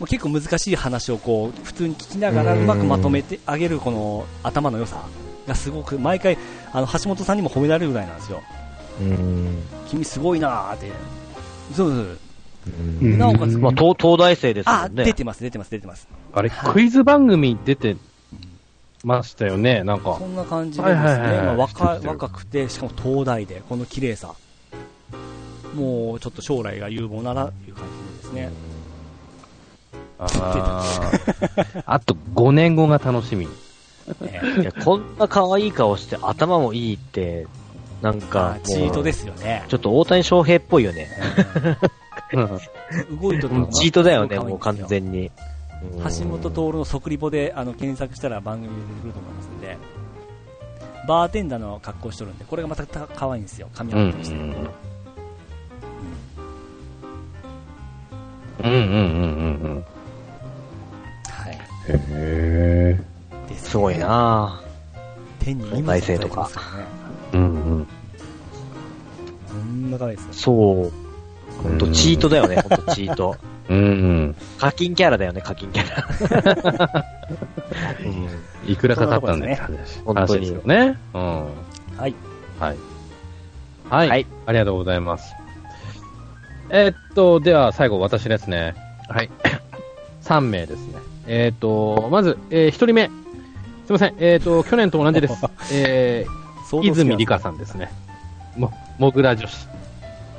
Speaker 3: もう結構難しい話をこう、普通に聞きながら
Speaker 4: う
Speaker 3: うんまくまとめてあげるこの頭の良さがすごく、毎回、あの、橋本さんにも褒められるぐらいなんですよ。
Speaker 4: うん
Speaker 3: 君すごいなーって。そうそう
Speaker 4: う
Speaker 3: そう。
Speaker 4: ん
Speaker 3: なおかつ、
Speaker 2: うん
Speaker 4: まあ、東東大生ですも
Speaker 3: あ、
Speaker 4: ん
Speaker 3: 出
Speaker 4: ね。
Speaker 3: てます、出てます、出てます。
Speaker 1: あれ、
Speaker 3: はい
Speaker 1: クイズ番組出てましたよね、なんか
Speaker 3: こ。んな感じでですね、
Speaker 1: はいはいはいはい
Speaker 3: まあ
Speaker 1: 知っ
Speaker 3: 若
Speaker 1: てる
Speaker 3: 若くて、しかも東大で、この綺麗さ。もうちょっと将来が有望ならっていう感じですね。
Speaker 1: あーあと5年後が楽しみ。
Speaker 3: え
Speaker 4: いやこんな可愛い顔して頭もいいって、なんか。
Speaker 3: え、チートですすよね。
Speaker 4: ちょっと大谷翔平っぽいよね。
Speaker 3: 動いと
Speaker 4: うんチートだよね、もう完全に。うん
Speaker 3: 橋本徹の即リポであの検索したら番組で出てくると思いますんで、バーテンダーの格好しとるんで、これがまたた可愛いんですよ、髪
Speaker 1: うんう
Speaker 3: を
Speaker 1: ん
Speaker 3: して、
Speaker 1: うんうんうんうんうん。
Speaker 3: はい
Speaker 1: へ
Speaker 3: です
Speaker 4: すごいなぁ。
Speaker 3: 手に荷物抱えてますからね、
Speaker 1: え。うんうん。
Speaker 3: そんな可愛いですよ、
Speaker 4: そう。ほんとチートだよね、ほんとチート。
Speaker 1: うんうん。
Speaker 4: 課金キャラだよね、課金キャラ。うん
Speaker 1: いくらかかったんだよって話。
Speaker 4: そんな
Speaker 1: 話
Speaker 4: とこで
Speaker 1: ですす
Speaker 4: ね
Speaker 1: よね。うん。
Speaker 3: はい、
Speaker 1: はい。はい。
Speaker 4: はい
Speaker 1: ありがとうございます。えーっと、では最後、私ですね。 はい。3名ですね。えーっと、まず、え1人目。すいません。えーっと、去年と同じ です。えー、
Speaker 3: 相当好きなん
Speaker 1: 泉里
Speaker 3: です
Speaker 1: 香さんですね。も、もぐら女子。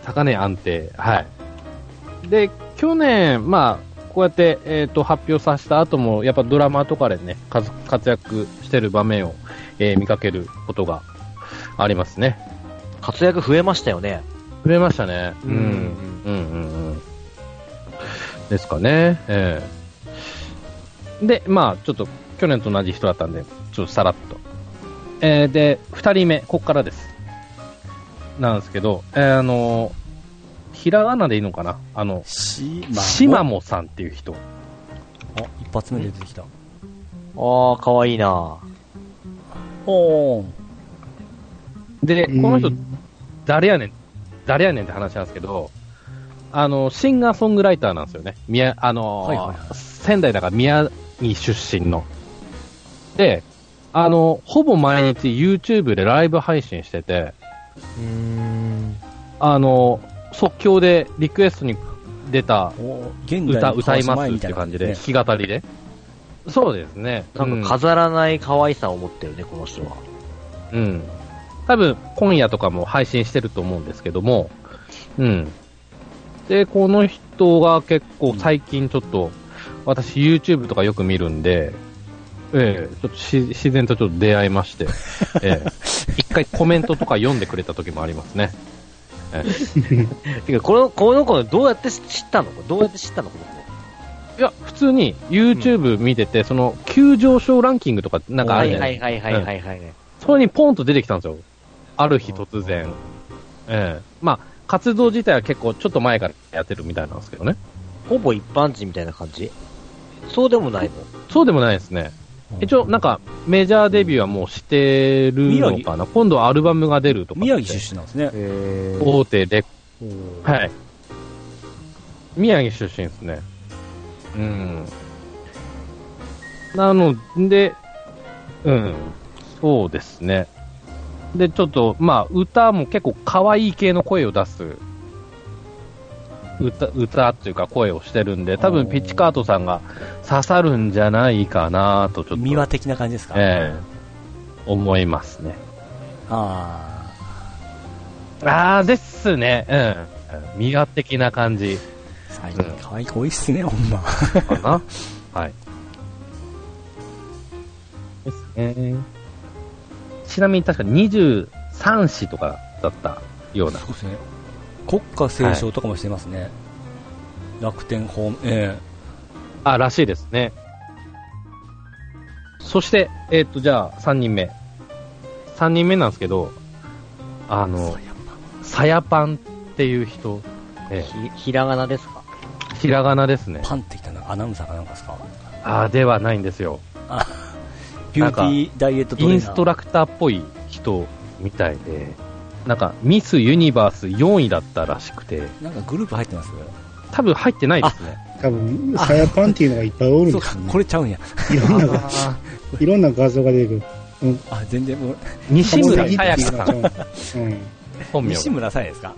Speaker 1: 高値安定。はい。で、去年、まあ、こうやって、えーっと、発表させた後も、やっぱドラマとかでね、活活躍してる場面を、えー見かけることがありますね。
Speaker 4: 活躍増えましたよね。
Speaker 1: 増えましたね。
Speaker 4: う
Speaker 1: うんん。うんうんうん。ですかね。ええで、まあ、ちょっと去年と同じ人だったんで、ちょっとさらっと。えーで、2人目、ここからです。なんですけど、えーあのーひらがなでいいのかなあの、
Speaker 3: し
Speaker 1: しまもさんっていう人。
Speaker 3: あ一発目で出てきた。
Speaker 4: ああ、かわいいな
Speaker 3: おー。
Speaker 1: で、
Speaker 2: うん
Speaker 1: この人、誰やねん、誰やねんって話なんですけど、あの、シンガーソングライターなんですよね。宮、あのー
Speaker 3: はいはいは
Speaker 1: 仙台だから宮城出身の。で、あの、ほぼ毎日 YouTube でライブ配信してて、
Speaker 4: うん。
Speaker 1: あの、即興でリクエストに出た
Speaker 3: おー現代
Speaker 1: 歌、
Speaker 3: の
Speaker 1: 歌いま
Speaker 3: 川島
Speaker 1: す
Speaker 3: み
Speaker 1: って
Speaker 3: た
Speaker 1: いう
Speaker 3: な
Speaker 1: 感じ
Speaker 3: ね
Speaker 1: で、弾き語りで。そうですね。
Speaker 4: なんか飾らない可愛さを持ってるね、この人は。
Speaker 1: うん。多分、今夜とかも配信してると思うんですけども、うん。で、この人が結構最近ちょっと、私 YouTube とかよく見るんで、ええちょっとし自然とちょっと出会いまして、ええ一回コメントとか読んでくれた時もありますね。ええ
Speaker 4: てか、この、この子どうやって知ったのどうやって知ったのこの子。
Speaker 1: いや、普通に YouTube 見てて、その、急上昇ランキングとかなんかあ
Speaker 4: は
Speaker 1: るじ
Speaker 4: い
Speaker 1: ゃな
Speaker 4: はいいはいはいはいはい。
Speaker 1: それにポンと出てきたんですよ。ある日突然。ええまあ、活動自体は結構ちょっと前からやってるみたいなんですけどね。
Speaker 4: ほぼ一般人みたいな感じそうでもないの
Speaker 1: そうでもないですね。一応、なんか、メジャーデビューはもうしてるのかな。今度アルバムが出るとかって。
Speaker 3: 宮城出身なんですね。
Speaker 4: へ
Speaker 1: 大手レ
Speaker 3: おー
Speaker 1: はい。宮城出身ですね。うん。なので、うん。そうですね。で、ちょっと、まあ、歌も結構可愛い系の声を出す。歌、歌っていうか声をしてるんで、多分ピッチカートさんが刺さるんじゃないかなと、ちょっと。
Speaker 3: ミワ的な感じですか
Speaker 1: ええ思いますね。
Speaker 3: ああ。
Speaker 1: あーですね。うん。身勝的な感じ。
Speaker 3: 最近可愛い子多いっすね、ほんま。
Speaker 1: かな。はい。ですね。ちなみに確か23子とかだったような
Speaker 3: そ。うですね。国家斉唱とかもしてますね。楽天ホーム、え
Speaker 1: あ、らしいですね。そして、えーっと、じゃあ、3人目。3人目なんですけど、あ
Speaker 3: え
Speaker 1: の
Speaker 3: さ、やっ
Speaker 1: さやパンっていう人、え
Speaker 4: ひひらがなですか
Speaker 1: ーひらがなですね
Speaker 3: ぱ。パンってきたのアナウンサーかなんかですか
Speaker 1: あーではないんですよ。
Speaker 3: あビューティーダイエットトレー
Speaker 1: イ
Speaker 3: ナー。
Speaker 1: ンストラクターっぽい人みたいで、なんか、ミスユニバース4位だったらしくて、
Speaker 3: なんかグループ入ってます
Speaker 1: 多分入ってないですね。
Speaker 2: 多分、サヤパンっていうのがいっぱいおるん
Speaker 3: そ
Speaker 2: で
Speaker 3: うか
Speaker 2: すよ、ね。
Speaker 3: これちゃうんや。
Speaker 2: いろんなが、いろんな画像が出てくる。
Speaker 3: あ、全然もう、
Speaker 1: 西村
Speaker 2: 友
Speaker 1: さや
Speaker 2: 達
Speaker 1: か
Speaker 2: って
Speaker 1: さ
Speaker 2: いうの
Speaker 1: ん、
Speaker 2: がちゃう。うん。
Speaker 1: 本名
Speaker 3: 西村さんですか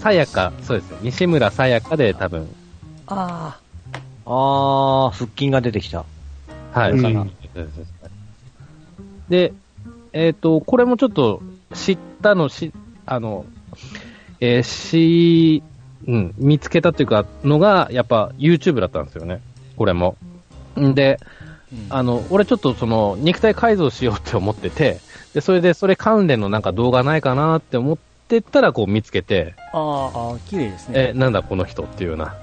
Speaker 1: さやか、そうですね。西村さやかで多分、
Speaker 3: あ
Speaker 4: あー、腹筋が出てきた。
Speaker 1: はい。
Speaker 2: うん
Speaker 1: そうですそうですで、えっ、と、これもちょっと知ったの、し、あの、えーし、うん、見つけたというか、のが、やっぱ YouTube だったんですよね。これも。んで、
Speaker 3: あ。
Speaker 1: あの、俺ちょっとその、肉体改造しようって思ってて、で、それで、それ関連のなんか動画ないかなって思ってたら、こう見つけて、
Speaker 3: あーあー、綺麗ですね。
Speaker 1: え、なんだこの人っていうような。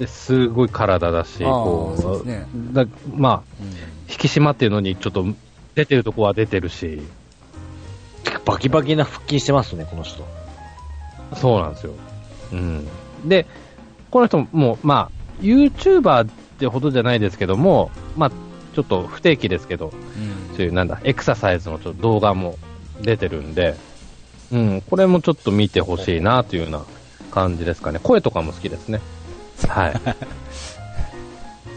Speaker 1: で、すごい体だし、
Speaker 3: あー
Speaker 1: こ
Speaker 3: そうですね。
Speaker 1: だまあ、
Speaker 3: うん
Speaker 1: 引き締まってるのに、ちょっと、出てるとこは出てるし、
Speaker 4: バキバキな腹筋してますね、この人。
Speaker 1: そうなんですよ。うん。で、この人ももう、まあ、YouTuber ってほどじゃないですけども、まあ、ちょっと不定期ですけど、
Speaker 3: うん
Speaker 1: そういう、なんだ、エクササイズのちょっと動画も出てるんで、うん、これもちょっと見てほしいなというような感じですかね。声とかも好きですね。はい。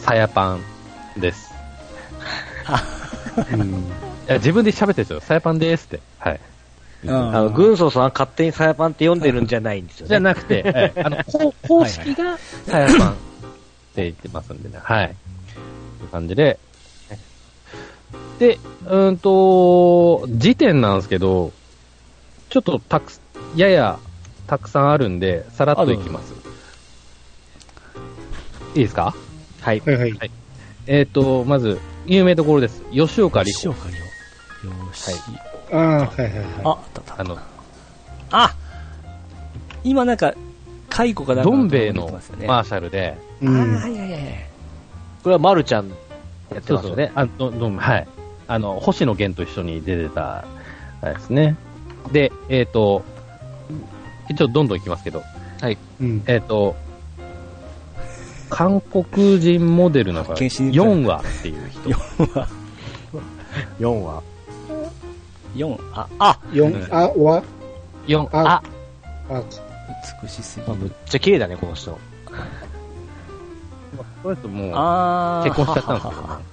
Speaker 1: さやパンです。いや自分で喋ってるんですよ。さやパンですって。はい。
Speaker 3: うん
Speaker 4: あの、軍曹さんは勝手にサヤパンって読んでるんじゃないんですよ
Speaker 1: じゃ
Speaker 4: ね。
Speaker 1: なく て、はいあの、こう公式がさやパンって言ってますんでね。はい。という感じで。で、うーんと、時点なんですけど、ちょっとたくす、ややたくさんあるんで、さらっといきます。いいですか
Speaker 4: はい。
Speaker 2: はいはい。
Speaker 1: えっ、と、まず、有名どころです。吉岡里
Speaker 3: 吉
Speaker 1: 帆。
Speaker 3: 岡里帆。よし。
Speaker 2: ああ、はいはい
Speaker 3: あ、
Speaker 2: は
Speaker 3: あったあった
Speaker 1: あの、
Speaker 3: あ今なんか、解雇かなんか
Speaker 1: どん兵衛の
Speaker 3: マ
Speaker 1: マーシャルで、
Speaker 2: うん。
Speaker 3: いはいはい
Speaker 4: これはマルちゃんやってますよね。
Speaker 1: あどどんはい。あの、星野源と一緒に出てた、あれですね。で、えっ、と、一応どんどんいきますけど、
Speaker 2: うん。
Speaker 1: えっ、と、韓国人モデルの方、
Speaker 3: 発見しに行った
Speaker 1: 4話っていう人。
Speaker 4: 4話。
Speaker 3: 4ああ
Speaker 2: 4、あ、わ、
Speaker 1: 4、
Speaker 2: あ
Speaker 1: あ、
Speaker 2: あ、
Speaker 3: 美しすぎ
Speaker 4: まあ、
Speaker 3: る
Speaker 4: むっちゃ綺麗だね、この人。
Speaker 1: この人も
Speaker 3: あ
Speaker 1: う
Speaker 3: ー
Speaker 1: 結婚しちゃったんですよ、ね。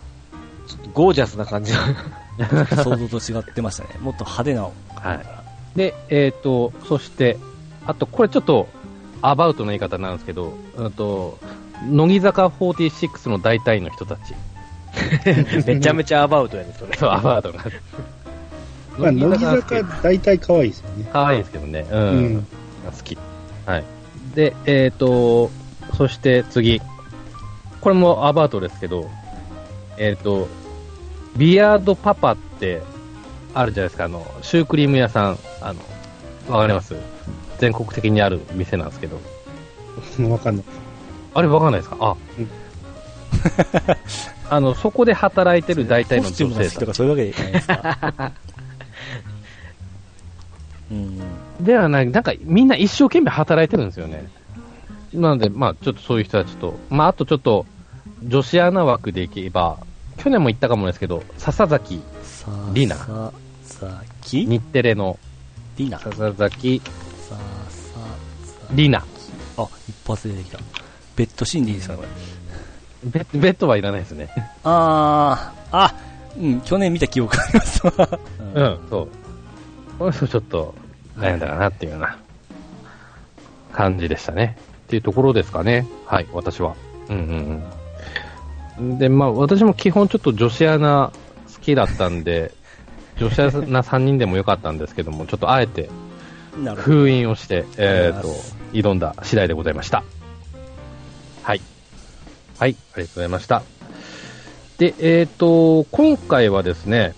Speaker 4: ちょっとゴージャスな感じの。
Speaker 3: 想像と違ってましたねもっと派手な
Speaker 1: はい。で、えっ、と、そして、あと、これちょっと、アバウトの言い方なんですけど、うんと、乃木坂46の大体の人たち。
Speaker 4: めちゃめちゃアバウトやね、それ。
Speaker 1: そう、アバウトなん
Speaker 2: まあ、乃木坂、大体可愛いですよね。
Speaker 1: 可愛いですけどね。う。
Speaker 2: うんん。
Speaker 1: 好き。はい。で、えっ、と、そして次。これもアバウトですけど、えっ、と、ビアードパパって、あるじゃないですか、あの、シュークリーム屋さん、あの、わかります全国的にある店なんですけど。
Speaker 2: わかんない。
Speaker 1: あれわかんないですかあ
Speaker 2: うん。
Speaker 1: あの、そこで働いてる大体
Speaker 3: コ
Speaker 1: の
Speaker 3: スチュ
Speaker 1: 女
Speaker 3: ームが
Speaker 1: 性
Speaker 3: 好
Speaker 1: さ
Speaker 3: きと
Speaker 1: ん
Speaker 3: かそういうわけじゃないですか うん
Speaker 1: ではない、なんかみんな一生懸命働いてるんですよね。なので、まあちょっとそういう人たちと、まああとちょっと、女子アナ枠でいけば、去年も言ったかもですけど、笹崎、
Speaker 3: さあ
Speaker 1: リナ
Speaker 3: ささき
Speaker 1: 日テレの
Speaker 3: リナさ
Speaker 1: 笹崎、
Speaker 3: ささ
Speaker 1: リナ。
Speaker 3: あ一発で出てきたベッドシーンでいいですかこれ
Speaker 1: ベベッドはいらないですね。
Speaker 3: あーあうん去年見た記憶があります わうん
Speaker 1: うん、そう。この人ちょっと悩んだかなっていうような感じでしたね。っていうところですかね。はい、私は。うんうんうん。で、まあ私も基本ちょっと女子アナ好きだったんで、女子アナ3人でもよかったんですけども、ちょっとあえて
Speaker 3: なるほど
Speaker 1: 封印をして、えっ、
Speaker 3: ありがとうございます
Speaker 1: と、挑んだ次第でございました。はい。はい、ありがとうございました。で、えっ、と、今回はですね、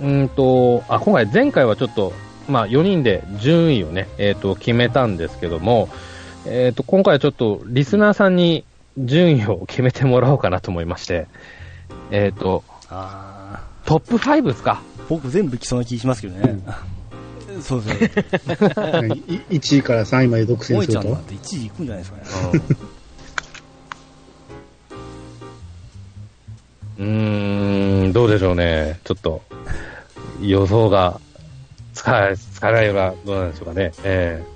Speaker 1: うーんと、あ、今回、前回はちょっと、まあ、4人で順位をね、えっ、と、決めたんですけども、えっ、と、今回はちょっと、リスナーさんに順位を決めてもらおうかなと思いまして、えっ、と、
Speaker 3: あ
Speaker 1: トップ5ですか。
Speaker 3: ー僕全部来そうな気しますけどね、 そうそ う
Speaker 2: 1位から3位まで独占
Speaker 3: 萌え
Speaker 2: す
Speaker 3: ち
Speaker 2: る
Speaker 3: ゃん
Speaker 2: と
Speaker 3: なん。て一時行くんじゃないですかね
Speaker 1: うーん、どうでしょうね。ちょっと、予想がつか、つかないような、どうなんでしょうかね。ええ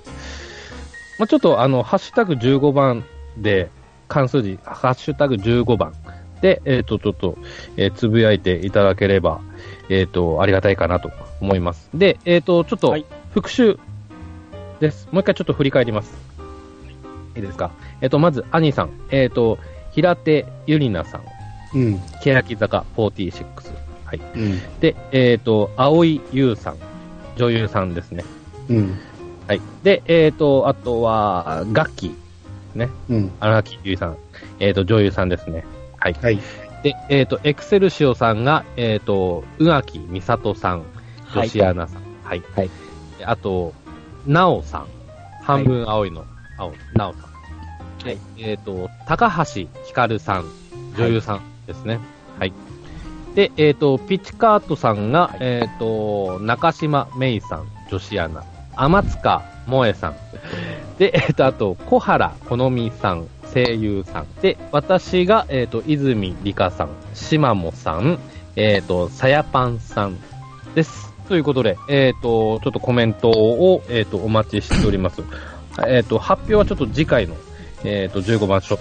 Speaker 1: まあちょっと、あの、ハッシュタグ15番で、関数字、ハッシュタグ15番で、えっ、と、ちょっと、えーつぶやいていただければ、えっ、と、ありがたいかなと思います。で、えっ、と、ちょっと
Speaker 3: はい、
Speaker 1: 復習です。もう一回ちょっと振り返ります。いいですか。えっ、と、まず、アニーさん、えっ、と、平手ゆりなさん、
Speaker 2: うん。
Speaker 1: 欅坂46。はい。
Speaker 2: うん。
Speaker 1: で、えっ、と、蒼井優さん。女優さんですね。
Speaker 2: うん。
Speaker 1: はい。で、えっ、と、あとは、楽器。
Speaker 2: うん。
Speaker 1: 荒木優衣さん。えっ、と、女優さんですね。はい。
Speaker 2: はい。
Speaker 1: で、えっ、と、エクセルシオさんが、えっ、と、宇垣美里さん。
Speaker 3: は
Speaker 1: 女
Speaker 3: い
Speaker 1: 子アナさん。はい。
Speaker 4: はい
Speaker 1: であと、なおさん。半分青いの、青、なおさん。で、えっ、と、高橋ひかるさん。女優さんですね。はい。で、えっ、と、ピチカートさんが、えっ、と、中島芽衣さん、女子アナ。天塚萌さん。で、えっ、と、あと、小原好美さん、声優さん。で、私が、えっ、と、泉里香さん、しまもさん、えっ、と、さやぱんさんです。ということで、えっ、と、ちょっとコメントを、えっ、と、お待ちしております。えっ、と、発表はちょっと次回の、えっ、と、15番書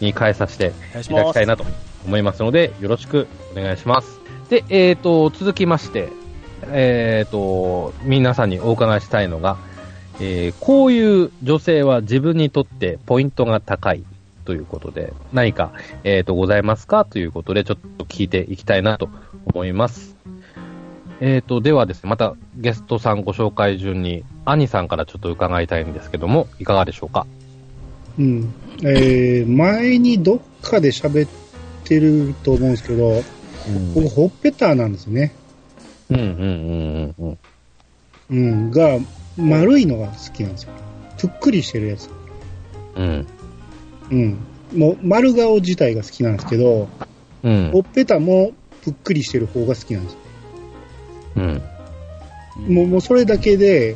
Speaker 1: に変えさせて
Speaker 3: お願い
Speaker 1: い
Speaker 3: した
Speaker 1: だ
Speaker 3: ま
Speaker 1: き
Speaker 3: す
Speaker 1: たいなと思いますので、よろしくお願いします。で、えっ、と、続きまして、えっ、と、皆さんにお伺いしたいのが、えーこういう女性は自分にとってポイントが高いということで、何か、えっ、と、ございますかということで、ちょっと聞いていきたいなと思います。えっ、と、ではですね、またゲストさんご紹介順に、アニさんからちょっと伺いたいんですけども、いかがでしょうか
Speaker 2: うん。えー、前にどっかで喋ってると思うんですけど、僕、ほっぺたなんですね。
Speaker 1: うんうんうんうんうん。
Speaker 2: うん。が、丸いのが好きなんですよ。ぷっくりしてるやつ。
Speaker 1: うん。
Speaker 2: うん。もう丸顔自体が好きなんですけど、
Speaker 1: うん
Speaker 2: ほ。っぺたもぷっくりしてる方が好きなんです。
Speaker 1: うん。
Speaker 2: もうもうそれだけで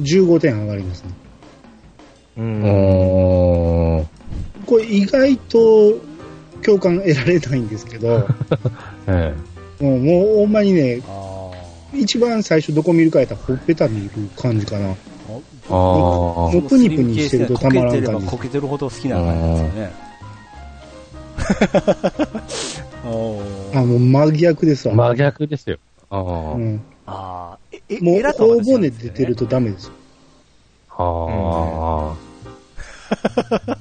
Speaker 2: 15点上がりますね。
Speaker 4: うん。
Speaker 1: おー。
Speaker 2: これ意外と共感得られないんですけ ど、
Speaker 1: え
Speaker 2: もうもうほんまにね、
Speaker 3: あ
Speaker 2: 一番最初どこ見るかやったらほっぺた見る感じか
Speaker 1: え。
Speaker 2: な。
Speaker 1: ああ
Speaker 2: も。うプニプニしてるとたまらん感じ
Speaker 3: こけてればこけてるほど好きな感じ
Speaker 2: あ、
Speaker 3: ですよね。おー
Speaker 2: もう真逆ですわ。
Speaker 1: 真逆ですよ。あ
Speaker 2: うん、
Speaker 3: あーええ
Speaker 2: もう
Speaker 3: エラとは
Speaker 2: 大
Speaker 3: 私なん
Speaker 2: 骨
Speaker 3: です
Speaker 2: 出
Speaker 3: よね
Speaker 2: てるとダメですよ。
Speaker 1: あ。あ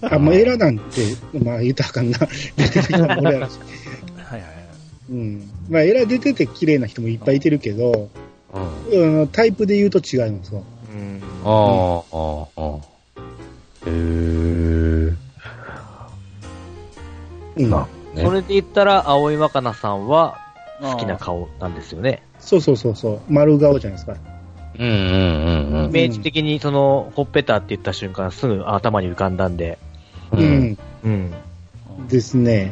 Speaker 1: あ。
Speaker 2: あ、もうエラなんて、まあ言うたらあかんな。 出てる人も俺やし。
Speaker 3: はいはいはい。
Speaker 2: うん。まあエラ出てて綺麗な人もいっぱいいてるけど、
Speaker 1: うん。
Speaker 2: うん、タイプで言うと違いますわ。
Speaker 4: うん
Speaker 1: ああ。ああ。へえ。
Speaker 2: うん。
Speaker 1: なね
Speaker 4: それで言ったら、葵わかなさんは好きな
Speaker 3: あー
Speaker 4: 顔なんですよね。
Speaker 2: そうそうそうそう。丸顔じゃないですか。
Speaker 1: うんうんうんうん。
Speaker 4: イメージ的に、その、ほっぺたって言った瞬間、すぐ頭に浮かんだんで。
Speaker 2: う。ん。
Speaker 4: うん。
Speaker 2: ですね。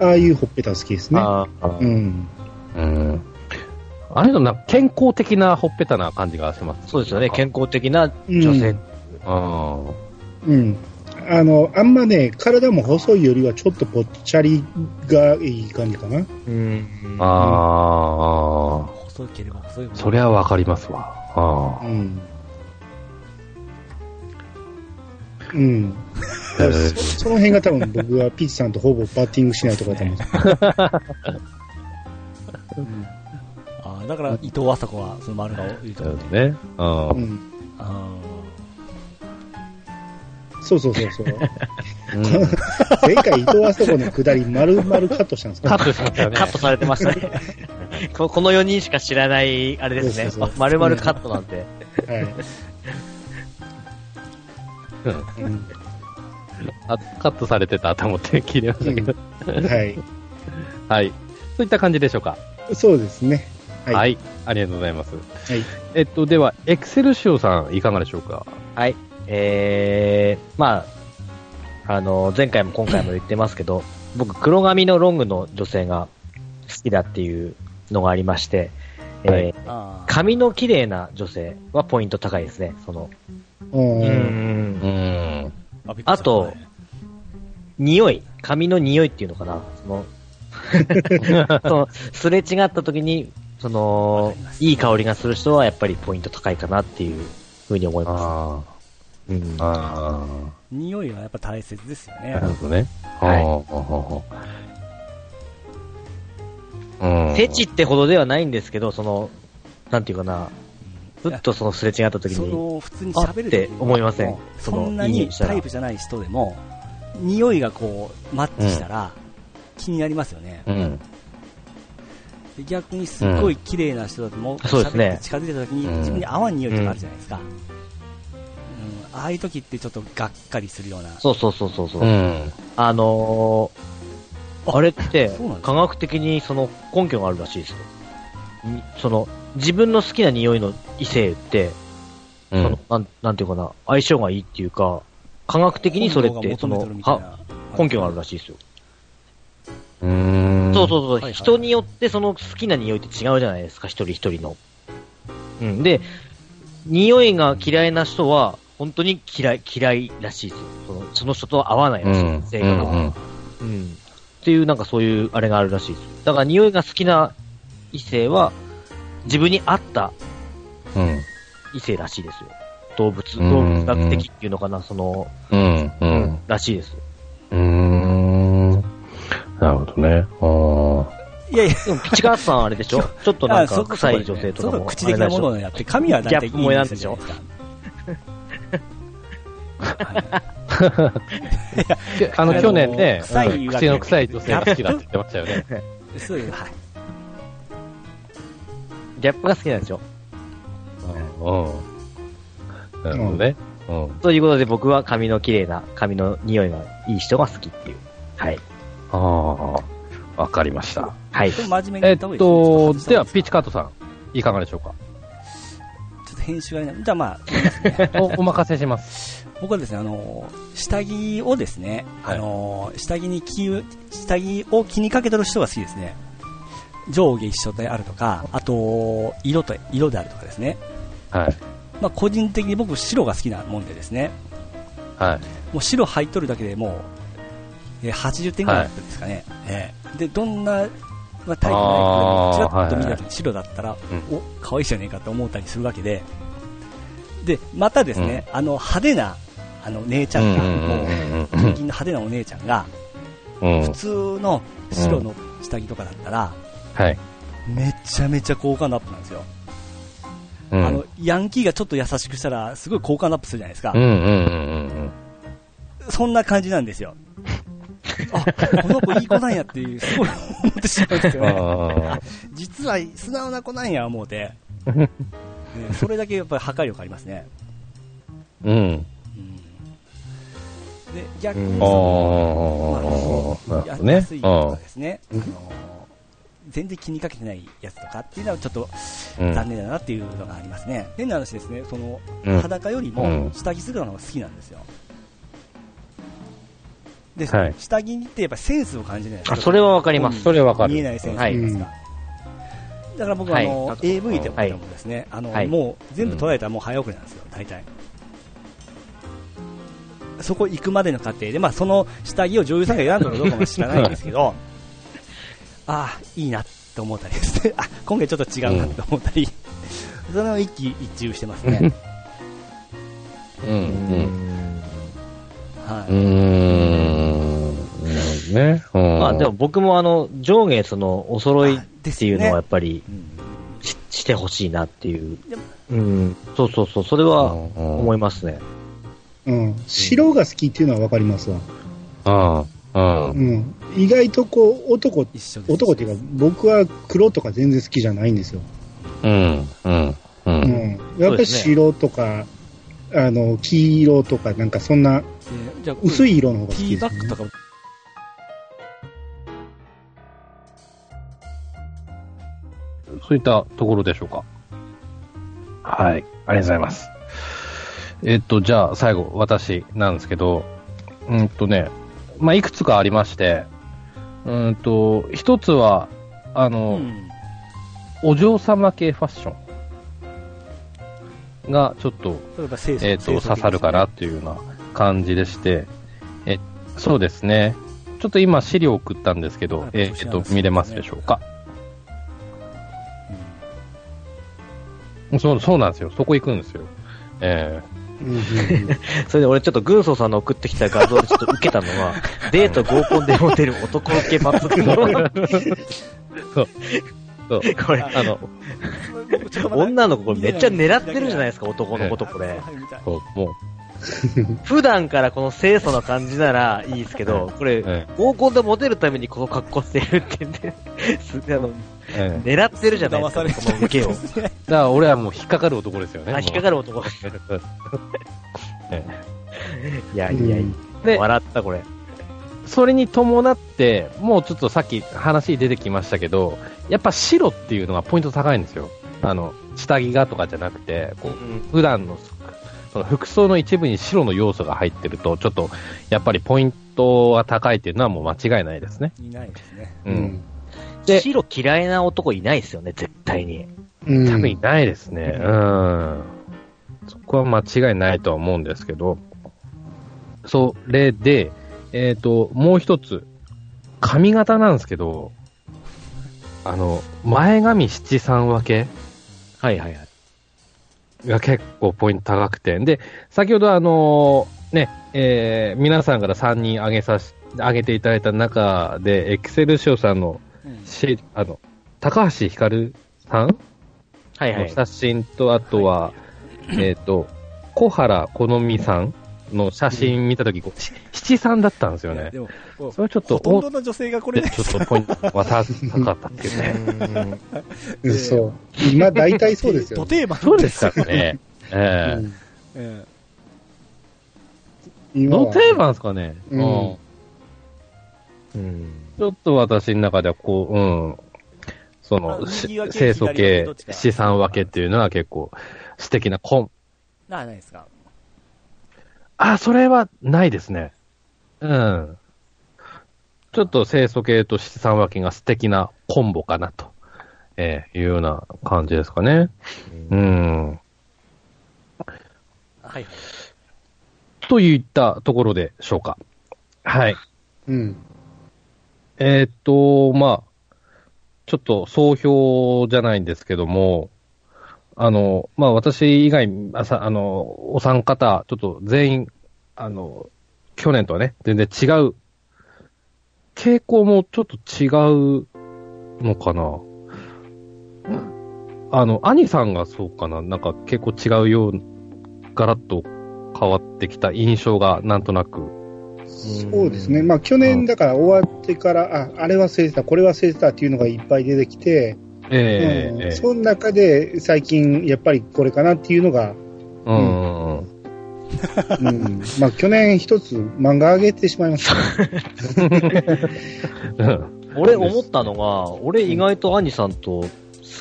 Speaker 2: あああいうほっぺた好きですね。
Speaker 4: あー
Speaker 2: うん。
Speaker 1: うん。あれのな、健康的なほっぺたな感じがします。
Speaker 4: そうですよ
Speaker 1: な
Speaker 4: ね。
Speaker 1: んか
Speaker 4: 健康的な女性。
Speaker 1: あ
Speaker 2: うん。あの、あんまね、体も細いよりはちょっとぽっちゃりがいい感じかな。
Speaker 4: うん
Speaker 1: あ。ああ。
Speaker 3: 細ければ細いほど
Speaker 1: そりゃわかりますわ。あ
Speaker 2: う
Speaker 1: あ。
Speaker 2: ん。うん。
Speaker 1: へえ
Speaker 2: そその辺が多分僕はピッチさんとほぼバッティングしないところだと思うんです
Speaker 3: あーだから伊藤麻子はその丸顔いいと
Speaker 1: そう
Speaker 3: 思っ
Speaker 1: です
Speaker 3: て
Speaker 1: ね。あ
Speaker 2: うんうん
Speaker 3: あ
Speaker 2: そうそうそうそう。
Speaker 1: ーうん。
Speaker 2: 前回伊藤あそこの下り丸々カットしたんです
Speaker 1: カッ
Speaker 2: か
Speaker 1: トしましたよね
Speaker 4: カ。ットされてましたね。 ここの4人しか知らない、あれです
Speaker 2: そう
Speaker 4: ね
Speaker 2: そうそ。う
Speaker 4: まるまるカットなんて。
Speaker 2: はい。
Speaker 1: うん
Speaker 2: うん
Speaker 1: あカットされてたと思って聞いてましたけど。
Speaker 2: はい。
Speaker 1: はい。そういった感じでしょうか。
Speaker 2: そうですね。はい。
Speaker 1: はい。ありがとうございます。
Speaker 2: はい。
Speaker 1: えっと、では、エクセルシオさん、いかがでしょうか
Speaker 4: はい。えー、まあ、あの、前回も今回も言ってますけど、僕、黒髪のロングの女性が好きだっていうのがありまして、えー
Speaker 1: はい
Speaker 3: ーあー
Speaker 4: 髪の綺麗な女性はポイント高いですね。その、
Speaker 2: うん
Speaker 1: うーん。
Speaker 3: あびっくりした
Speaker 4: あと匂い。髪の匂いっていうのかな。その、 そのすれ違った時に、そ
Speaker 3: わ
Speaker 4: の
Speaker 3: かりま、す
Speaker 4: いい香りがする人はやっぱりポイント高いかなっていうふうに思いま
Speaker 1: あ
Speaker 4: す。うん
Speaker 1: あ。ああ。
Speaker 3: 匂いはやっぱ大切ですよね
Speaker 1: なるほどね。
Speaker 4: はい
Speaker 1: い。うん。
Speaker 4: フェチってほどではないんですけど、その、なんていうかな、ふっとそのすれ違った時
Speaker 3: そ
Speaker 4: に、
Speaker 3: の普通に喋る時に
Speaker 4: あって思いません
Speaker 3: もう
Speaker 4: その
Speaker 3: そんない
Speaker 4: い匂
Speaker 3: に
Speaker 4: いしたら
Speaker 3: タイプじゃない人でも匂いがこうマッチしたら気になりますよね、
Speaker 1: うん。
Speaker 3: で逆にすっごい綺麗な人だともう
Speaker 4: そうですね
Speaker 3: 喋って近づいた時に
Speaker 1: うん
Speaker 3: 自分に合わん匂いとかあるじゃないですか、うんああいう時ってちょっとがっかりするような
Speaker 4: そうそうそうそうそう、
Speaker 1: うん。
Speaker 4: あのー、あれって
Speaker 3: そうなんですか
Speaker 4: 科学的にその根拠があるらしいですよ。にその、自分の好きな匂いの異性って、
Speaker 1: う
Speaker 4: その
Speaker 1: ん。
Speaker 4: なん、なんていうかな、相性がいいっていうか、科学的にそれっ
Speaker 3: 本能
Speaker 4: て、
Speaker 3: が
Speaker 4: そ
Speaker 3: 求めてる
Speaker 4: の、
Speaker 3: みたい
Speaker 4: は
Speaker 3: な
Speaker 4: 根拠があるらしいですよ。
Speaker 1: うーん。
Speaker 4: そうそうそう、
Speaker 3: はいはい
Speaker 4: 人によってその好きな匂いって違うじゃないですか、一人一人の。うん、で、匂いが嫌いな人は、本当に嫌い、嫌いらしいですよ。そのその人と合わないうらしい
Speaker 1: ん。う
Speaker 4: で
Speaker 1: ん
Speaker 4: す、性格が。うん。っていう、なんかそういうあれがあるらしいです。だから匂いが好きな異性は、自分に合った
Speaker 1: うん。
Speaker 4: 異性らしいですよ。動物、
Speaker 1: うん
Speaker 4: 動物学的っていうのかな、その、
Speaker 1: うん。う
Speaker 4: うんん。らしいです。
Speaker 1: うん。なるほどね。あ
Speaker 3: いやいや
Speaker 4: でも、ピチカースさんあれでしょちょっとなん
Speaker 3: あ
Speaker 4: か
Speaker 3: そ
Speaker 4: 臭い女性と
Speaker 3: そ
Speaker 4: か
Speaker 3: う
Speaker 4: も。
Speaker 3: 口的なものをやって、髪は大体いい
Speaker 4: ギャップ萌えなんでしょ
Speaker 3: ょ。
Speaker 1: あ。あの、去年ね、
Speaker 3: 臭い
Speaker 1: 口の臭い女性が好きだって言ってましたよね。
Speaker 3: そうですはい。
Speaker 4: ギャップが好きなんでしょ
Speaker 1: うん。なるほどね。うん。
Speaker 4: ということで僕は髪の綺麗な、髪の匂いがいい人が好きっていう。はい。
Speaker 1: ああ。わかりました。
Speaker 4: はい。
Speaker 3: でも真面目に
Speaker 1: えっ
Speaker 3: 言った方がいい
Speaker 1: と、
Speaker 3: すね
Speaker 1: では、ピーチカートさん、いかがでしょうか
Speaker 3: ちょっと編集がいない。じゃあまあ、
Speaker 1: おお任せします。
Speaker 3: お僕はですね、あの、下着をですね、
Speaker 1: はい
Speaker 3: あの、下着に気を、下着を気にかけてる人が好きですね。上下一緒であるとか、あと、色と、色であるとかですね。
Speaker 1: はい。
Speaker 3: まあ、個人的に僕、白が好きなもんでですね、
Speaker 1: はい。
Speaker 3: もう白入っとるだけでもう、えー80点ぐらいだったんですかね。えーで、どんな、まあ、タイプのないけど、ちらっと見た
Speaker 1: あーはい
Speaker 3: 時に白だったら、
Speaker 1: うん
Speaker 3: お、可愛いじゃねえかって思ったりするわけで、で、またですね、あの、派手な、あの、姉ちゃんが、もう、
Speaker 1: うんうんうんうん
Speaker 3: 最近の派手なお姉ちゃんが、
Speaker 1: うん
Speaker 3: 普。通の白の下着とかだったら、
Speaker 1: はい。
Speaker 3: めちゃめちゃ好感度アップなんですよ。
Speaker 1: うん
Speaker 3: あの、ヤンキーがちょっと優しくしたら、すごい好感度アップするじゃないですか。
Speaker 1: うんうんうんうん
Speaker 3: そんな感じなんですよ。あ、この子いい子なんやっていう、すごい思ってしまうんです よ
Speaker 1: うん。
Speaker 3: ね。
Speaker 1: あ
Speaker 3: 実は素直な子なんや、思 うて。ねそれだけやっぱり破壊力ありますね。
Speaker 1: ーうん。
Speaker 3: うんで、逆に
Speaker 1: あ
Speaker 4: うん
Speaker 1: ー
Speaker 3: その、まあ、
Speaker 1: なるほど
Speaker 3: や
Speaker 1: ね
Speaker 3: 安。い
Speaker 1: あ
Speaker 3: と
Speaker 1: ー
Speaker 3: かですね、あの全然気にかけてないやつとかっていうのはちょっと
Speaker 1: うん
Speaker 3: 残念だなっていうのがありますね。変な話ですね、その、
Speaker 1: うん
Speaker 3: 裸より
Speaker 1: う
Speaker 3: も
Speaker 1: ん
Speaker 3: 下着姿の方が好きなんですよ。で、
Speaker 1: はい
Speaker 3: 下着ってやっぱセンスを感じるじゃないです
Speaker 4: あ
Speaker 3: か。
Speaker 4: それはわかります。
Speaker 1: それわかる。
Speaker 3: 見えないセンスと
Speaker 4: はいい。
Speaker 3: い
Speaker 4: うん
Speaker 3: ますか。だから僕はあの、
Speaker 4: はい
Speaker 3: AV でもでもですね、あの、
Speaker 4: はい
Speaker 3: もう全部捉えたらもう早送りなんですよ、大体。そこ行くまでの過程で、まあ、その下着を女優さんが選んだかどうかも知らないんですけど、 ああ、いいなって思ったりですね、 あ今回ちょっと違うなって思ったり、それを一喜一憂してますね。
Speaker 1: うん
Speaker 3: は
Speaker 1: う
Speaker 3: い
Speaker 1: ん。うーん。なるほどね。
Speaker 4: まあでも、僕もあの、上下その、お揃いっていうのはやっぱり
Speaker 3: うん
Speaker 4: ししてほしいなっていう
Speaker 3: でも。
Speaker 4: うん。そうそうそう。それは思
Speaker 1: 思
Speaker 4: いますね。
Speaker 2: うん。白が好きっていうのはわかりますわ。
Speaker 1: ああ、う。
Speaker 2: うんん。意外とこう、男、
Speaker 3: 一緒です
Speaker 2: 男っていうか、僕は黒とか全然好きじゃないんですよ。
Speaker 1: うん。うん。う。
Speaker 2: うんん。やっぱり白とか、あの、黄色とか、なんかそんな
Speaker 3: でじゃあ
Speaker 2: 薄い色の方が好
Speaker 3: テ
Speaker 2: きで
Speaker 3: ィー
Speaker 2: す、
Speaker 3: バッグとかも
Speaker 1: そういったところでしょうか。はい。ありがとうございます。えっと、じゃあ、最後、私なんですけど、うんとね、まあ、いくつかありまして、うんと、一つは、あの、
Speaker 3: うん
Speaker 1: お嬢様系ファッションがちょっと、
Speaker 3: 例えば清楚
Speaker 1: えっと、
Speaker 3: 清楚系ですね
Speaker 1: 刺さるかなっていうような感じでして、え、そうですね。ちょっと今資料送ったんですけ
Speaker 3: は
Speaker 1: ど
Speaker 3: い、
Speaker 1: え
Speaker 3: こち
Speaker 1: っ
Speaker 3: ら
Speaker 1: と
Speaker 3: で、すね
Speaker 1: 見れますでしょうか。そう、そうなんですよ。そこ行くんですよ。え
Speaker 2: うんうんうん
Speaker 4: それで俺ちょっと軍曹さんの送ってきた画像でちょっと受けたの は、デート合コンでモテる男受け祭りの、
Speaker 1: ーそう。
Speaker 4: これ、
Speaker 1: あの、
Speaker 3: 僕ちょっとまだ
Speaker 4: 女の子これめっちゃ狙ってるじゃないですか、男のことこれ。
Speaker 3: はい見たい
Speaker 1: そう、もう、
Speaker 4: 普段からこの清楚な感じならいいですけど、これ、
Speaker 1: え
Speaker 4: 合コンでモテるためにこの格好してるってね、すあの
Speaker 1: えええ
Speaker 4: 狙ってるじゃないですか、この受 けを。
Speaker 1: だから俺はもう引っかかる男ですよね。
Speaker 4: あ、引っか
Speaker 1: る。
Speaker 4: かる男。
Speaker 1: え
Speaker 4: いやいやい
Speaker 1: えで
Speaker 4: や、、笑ったこれ。
Speaker 1: それに伴って、もうちょっとさっき話に出てきましたけど、やっぱ白っていうのはポイント高いんですよ。あの、下着がとかじゃなくて、こう、普段の、その服装の一部に白の要素が入ってると、ちょっと、やっぱりポイントが高いっていうのはもう間違いないですね。
Speaker 3: いないですね。
Speaker 1: う
Speaker 2: うんん。
Speaker 1: で
Speaker 4: 白嫌いな男いないですよね、絶対に。
Speaker 2: うん
Speaker 1: 多分いないですね。うん。そこは間違いないとは思うんですけど、それで、えっ、と、もう一つ、髪型なんですけど、あの、前髪七三分け
Speaker 4: はいはいはい。
Speaker 1: が結構ポイント高くて、で、先ほどあのね、えー皆さんから3人挙げさし、挙げていただいた中で、エクセルシオさんの
Speaker 3: うん
Speaker 1: し、あの、高橋ひかるさん
Speaker 4: はいは
Speaker 1: の
Speaker 4: い。
Speaker 1: 写真と、あとは、えっ、と、小原好美さんの写真見たとき、こうし七三だったんですよね
Speaker 3: で。も、こう
Speaker 1: それちょっと、
Speaker 3: ほとん
Speaker 1: お
Speaker 3: どの女性がこ
Speaker 1: で
Speaker 3: れ、
Speaker 1: ちょっとポイントはた高かったっていうね。
Speaker 2: うんそう。今、大体そうです
Speaker 3: ド
Speaker 2: よ。
Speaker 3: 定番
Speaker 1: そうですからね。え
Speaker 2: うん
Speaker 3: うん
Speaker 1: え
Speaker 2: 今
Speaker 1: の
Speaker 2: は
Speaker 1: テーマですかね。
Speaker 2: うん
Speaker 1: うん
Speaker 4: うん
Speaker 1: ちょっと私の中ではこう、うん、その、
Speaker 3: あ
Speaker 1: し
Speaker 3: 右分け
Speaker 1: 清楚
Speaker 3: 左分け
Speaker 1: 系
Speaker 3: どっち、か
Speaker 1: 資産分けっていうのは結構素敵なコン、
Speaker 3: な、ないですか。
Speaker 4: あ、それはないですね。
Speaker 1: うん。ちょっと清楚系と七三分けが素敵なコンボかなと、えーいうような感じですかね。うん。
Speaker 4: はい。
Speaker 1: といったところでしょうか。はい。
Speaker 2: うん。
Speaker 1: えーっと、まあ、ちょっと総評じゃないんですけども、あの、まあ私以外、あさあの、お三方、ちょっと全員、あの、去年とはね、全然違う、傾向もちょっと違うのかな。あの、兄さんがそうかな、なんか結構違うよう、ガラッと変わってきた印象がなんとなく、
Speaker 2: そうですね。まあ、去年だから終わってから、あ、あれは忘れてた、これは忘れてたっていうのがいっぱい出てきて、
Speaker 1: ええ
Speaker 2: うん、その中で最近やっぱりこれかなっていうのが、
Speaker 1: うんうんうん。
Speaker 2: うん、まあ、去年一つ漫画上げてしまいましたね。
Speaker 1: うん
Speaker 4: 俺思ったのが、俺意外と兄さんと好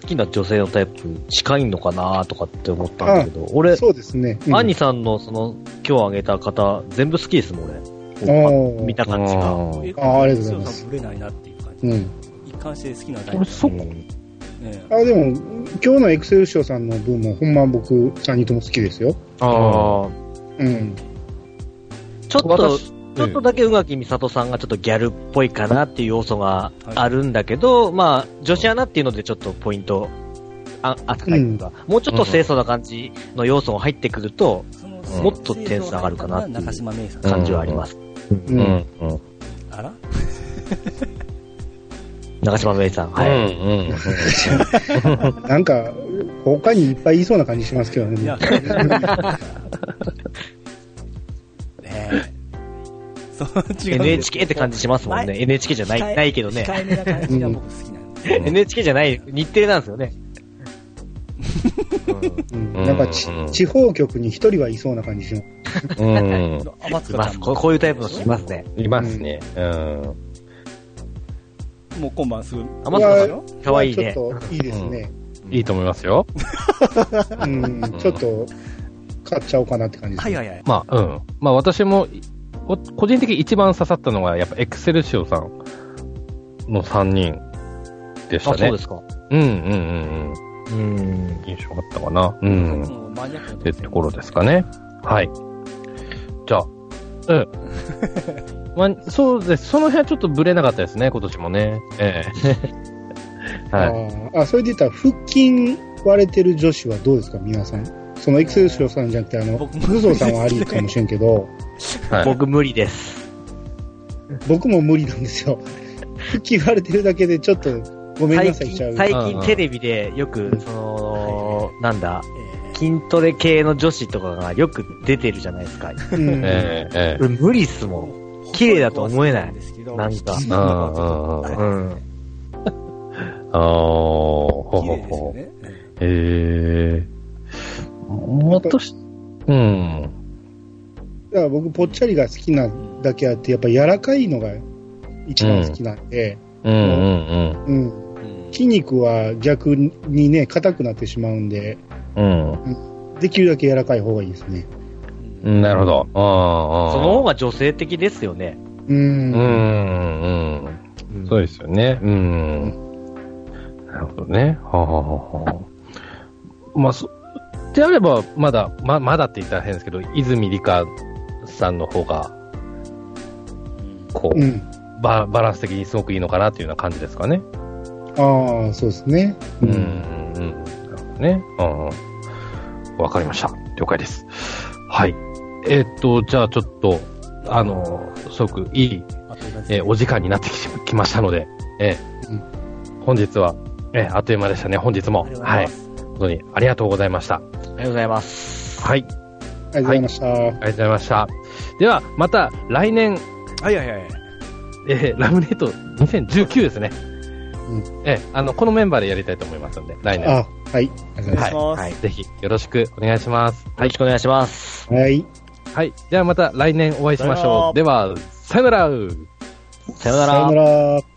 Speaker 4: きな女性のタイプ近いのかなとかって思ったんだけど、俺、
Speaker 2: そうですね。うん、
Speaker 4: 兄さんのその今日あげた方全部好きですも
Speaker 2: お
Speaker 4: ん、俺。
Speaker 2: ー
Speaker 4: 見た感じが。
Speaker 1: うん
Speaker 3: え
Speaker 2: あありがとうございます
Speaker 3: 強さぶれないなっていう感じ。
Speaker 2: うん。
Speaker 3: 一貫して好きなタイプ。
Speaker 1: 俺そこ、
Speaker 4: ん
Speaker 3: ええ
Speaker 2: あ、でも、今日のエクセルショーさんの分も、ほんま僕、3人とも好きですよ。
Speaker 1: あ
Speaker 2: うん。
Speaker 4: ちょっと、
Speaker 1: 私
Speaker 4: ちょっとだけ宇垣美里さんがちょっとギャルっぽいかなっていう要素があるんだけど、まあ、女子アナっていうのでちょっとポイント、あ、扱いというか、もうちょっと清楚な感じの要素が入ってくると、
Speaker 3: その
Speaker 1: うん
Speaker 4: もっと点数上がるかなっていう
Speaker 3: 中島芽生さん。
Speaker 4: 感じはあります。
Speaker 2: う。
Speaker 1: うんんうんうん
Speaker 3: あら
Speaker 4: 長島芽生さん。はい。
Speaker 1: うん
Speaker 2: なんか、他にいっぱいいそうな感じしますけど
Speaker 3: い
Speaker 2: ね
Speaker 3: や。、 ねえ。その違う。
Speaker 4: NHK って感じしますもん
Speaker 3: は
Speaker 4: ね。NHK じゃな
Speaker 3: 控え
Speaker 4: い、ないけど
Speaker 3: 控
Speaker 4: ね。
Speaker 3: えめな感じが僕好きなんです。
Speaker 1: うん
Speaker 4: NHK じゃない、日程なんですよね。うん
Speaker 2: うん、なんかち、地方局に一人はいそうな感じします。
Speaker 1: うんう
Speaker 3: あ、マツ
Speaker 4: い
Speaker 3: カち
Speaker 4: ま
Speaker 3: ゃ
Speaker 4: す
Speaker 3: ん
Speaker 4: こ
Speaker 3: も。
Speaker 4: うこういうタイプの人いますね。
Speaker 1: んいますね。うん。
Speaker 3: もう今晩すぐ。
Speaker 4: あマツカさん
Speaker 3: よ。
Speaker 4: かわいいね
Speaker 2: ち。ょっと、いいですね。
Speaker 1: いいと思いますよ。
Speaker 2: うん、ちょっと、買っちゃおうかなって感じです
Speaker 3: は
Speaker 2: ね。
Speaker 3: いはいはい。
Speaker 1: まあ、うん。まあ私も、お個人的に一番刺さったのは、やっぱエクセルシオさんの3人でし
Speaker 4: あ、
Speaker 1: た
Speaker 4: そうで
Speaker 1: ね。
Speaker 4: すか。
Speaker 1: うんうんうんうん。
Speaker 4: うん。
Speaker 1: 印象あったかな。うん。
Speaker 3: もうマニアックな
Speaker 1: ってところですかね。はい。じゃあ、うん。まあ、そうです。その辺はちょっとブレなかったですね、今年もね。ええはい。
Speaker 2: あーあ、それで言ったら、腹筋割れてる女子はどうですか、皆さん。そのエクセルショーさんじゃなくて、あの、
Speaker 3: 僕も
Speaker 2: 武蔵さんはありかもしれん けど、
Speaker 1: はい、
Speaker 4: 僕無理です。
Speaker 2: 僕も無理なんですよ。腹筋割れてるだけで、ちょっと、ごめん
Speaker 4: 最
Speaker 2: なさいちゃう
Speaker 4: 近、。最
Speaker 1: うん
Speaker 4: 近
Speaker 1: うん
Speaker 4: テレビでよく、その、なんだ、
Speaker 3: ええ
Speaker 4: 筋トレ系の女子とかがよく出てるじゃないですか。
Speaker 2: うん
Speaker 1: ええええ
Speaker 4: 俺無理っすもん。綺麗だと思えない
Speaker 3: 細子は好き
Speaker 4: なんん
Speaker 3: ですけど
Speaker 4: か。
Speaker 1: うんうんうん。あ
Speaker 4: う
Speaker 1: あ、
Speaker 4: ん。
Speaker 1: ほほ
Speaker 3: 綺麗ですよ
Speaker 1: ほ。
Speaker 3: ね。
Speaker 1: ええもっとし、うん。
Speaker 2: だから僕、ぽっちゃりが好きなだけあって、やっぱ柔らかいのが一番好きなんで、
Speaker 1: うんうん
Speaker 2: うん
Speaker 3: うん
Speaker 2: 筋肉は逆にね、硬くなってしまうんで、
Speaker 1: うん。
Speaker 2: できるだけ柔らかい方がいいですね。
Speaker 1: う。ん。なるほど。ああああ。
Speaker 4: その方が女性的ですよね。
Speaker 2: う。
Speaker 1: うんんうん。そうですよね。うん。なるほどね。はあ、はあはあ、まあ、そ、であれば、まだ、ま、まだって言ったら変ですけど、泉理香さんの方が、こう、
Speaker 2: うん。
Speaker 1: ババランス的にすごくいいのかなというような感じですかね。
Speaker 2: ああ、そうですね。
Speaker 1: うん、う。ん、うん。なるほどね。うん。わかりました。了解です。はい。えっと、じゃあちょっと、あの、すごくいい
Speaker 3: あとですね
Speaker 1: えーお時間になってきましたので、えー
Speaker 2: うん
Speaker 1: 本日は、えーあっという間でしたね、本日も
Speaker 3: ありがとう。ござ
Speaker 1: はいい
Speaker 3: ま。す。
Speaker 1: 本当にありがとうございました。はい。
Speaker 4: ありがとうございます。
Speaker 1: あり
Speaker 2: ありがとうございました。
Speaker 1: がとうございました。では、また来年、
Speaker 3: はいはいはい。
Speaker 1: えーラムネート2019ですね。
Speaker 2: うん
Speaker 1: えーあの、このメンバーでやりたいと思いますので、来年。
Speaker 2: あ、はい。ありがとうございま
Speaker 1: は
Speaker 3: 願
Speaker 1: い
Speaker 3: いします
Speaker 4: はい。よ
Speaker 1: ぜひ、よろしくお願いします。
Speaker 4: ろしくお願いします。
Speaker 2: す。はい。
Speaker 1: はい。では、また来年お会いしまし
Speaker 3: さよな
Speaker 1: ょ
Speaker 3: ら
Speaker 1: う。では、さよなら
Speaker 4: さよな
Speaker 2: さ
Speaker 4: ら
Speaker 2: よ。なら。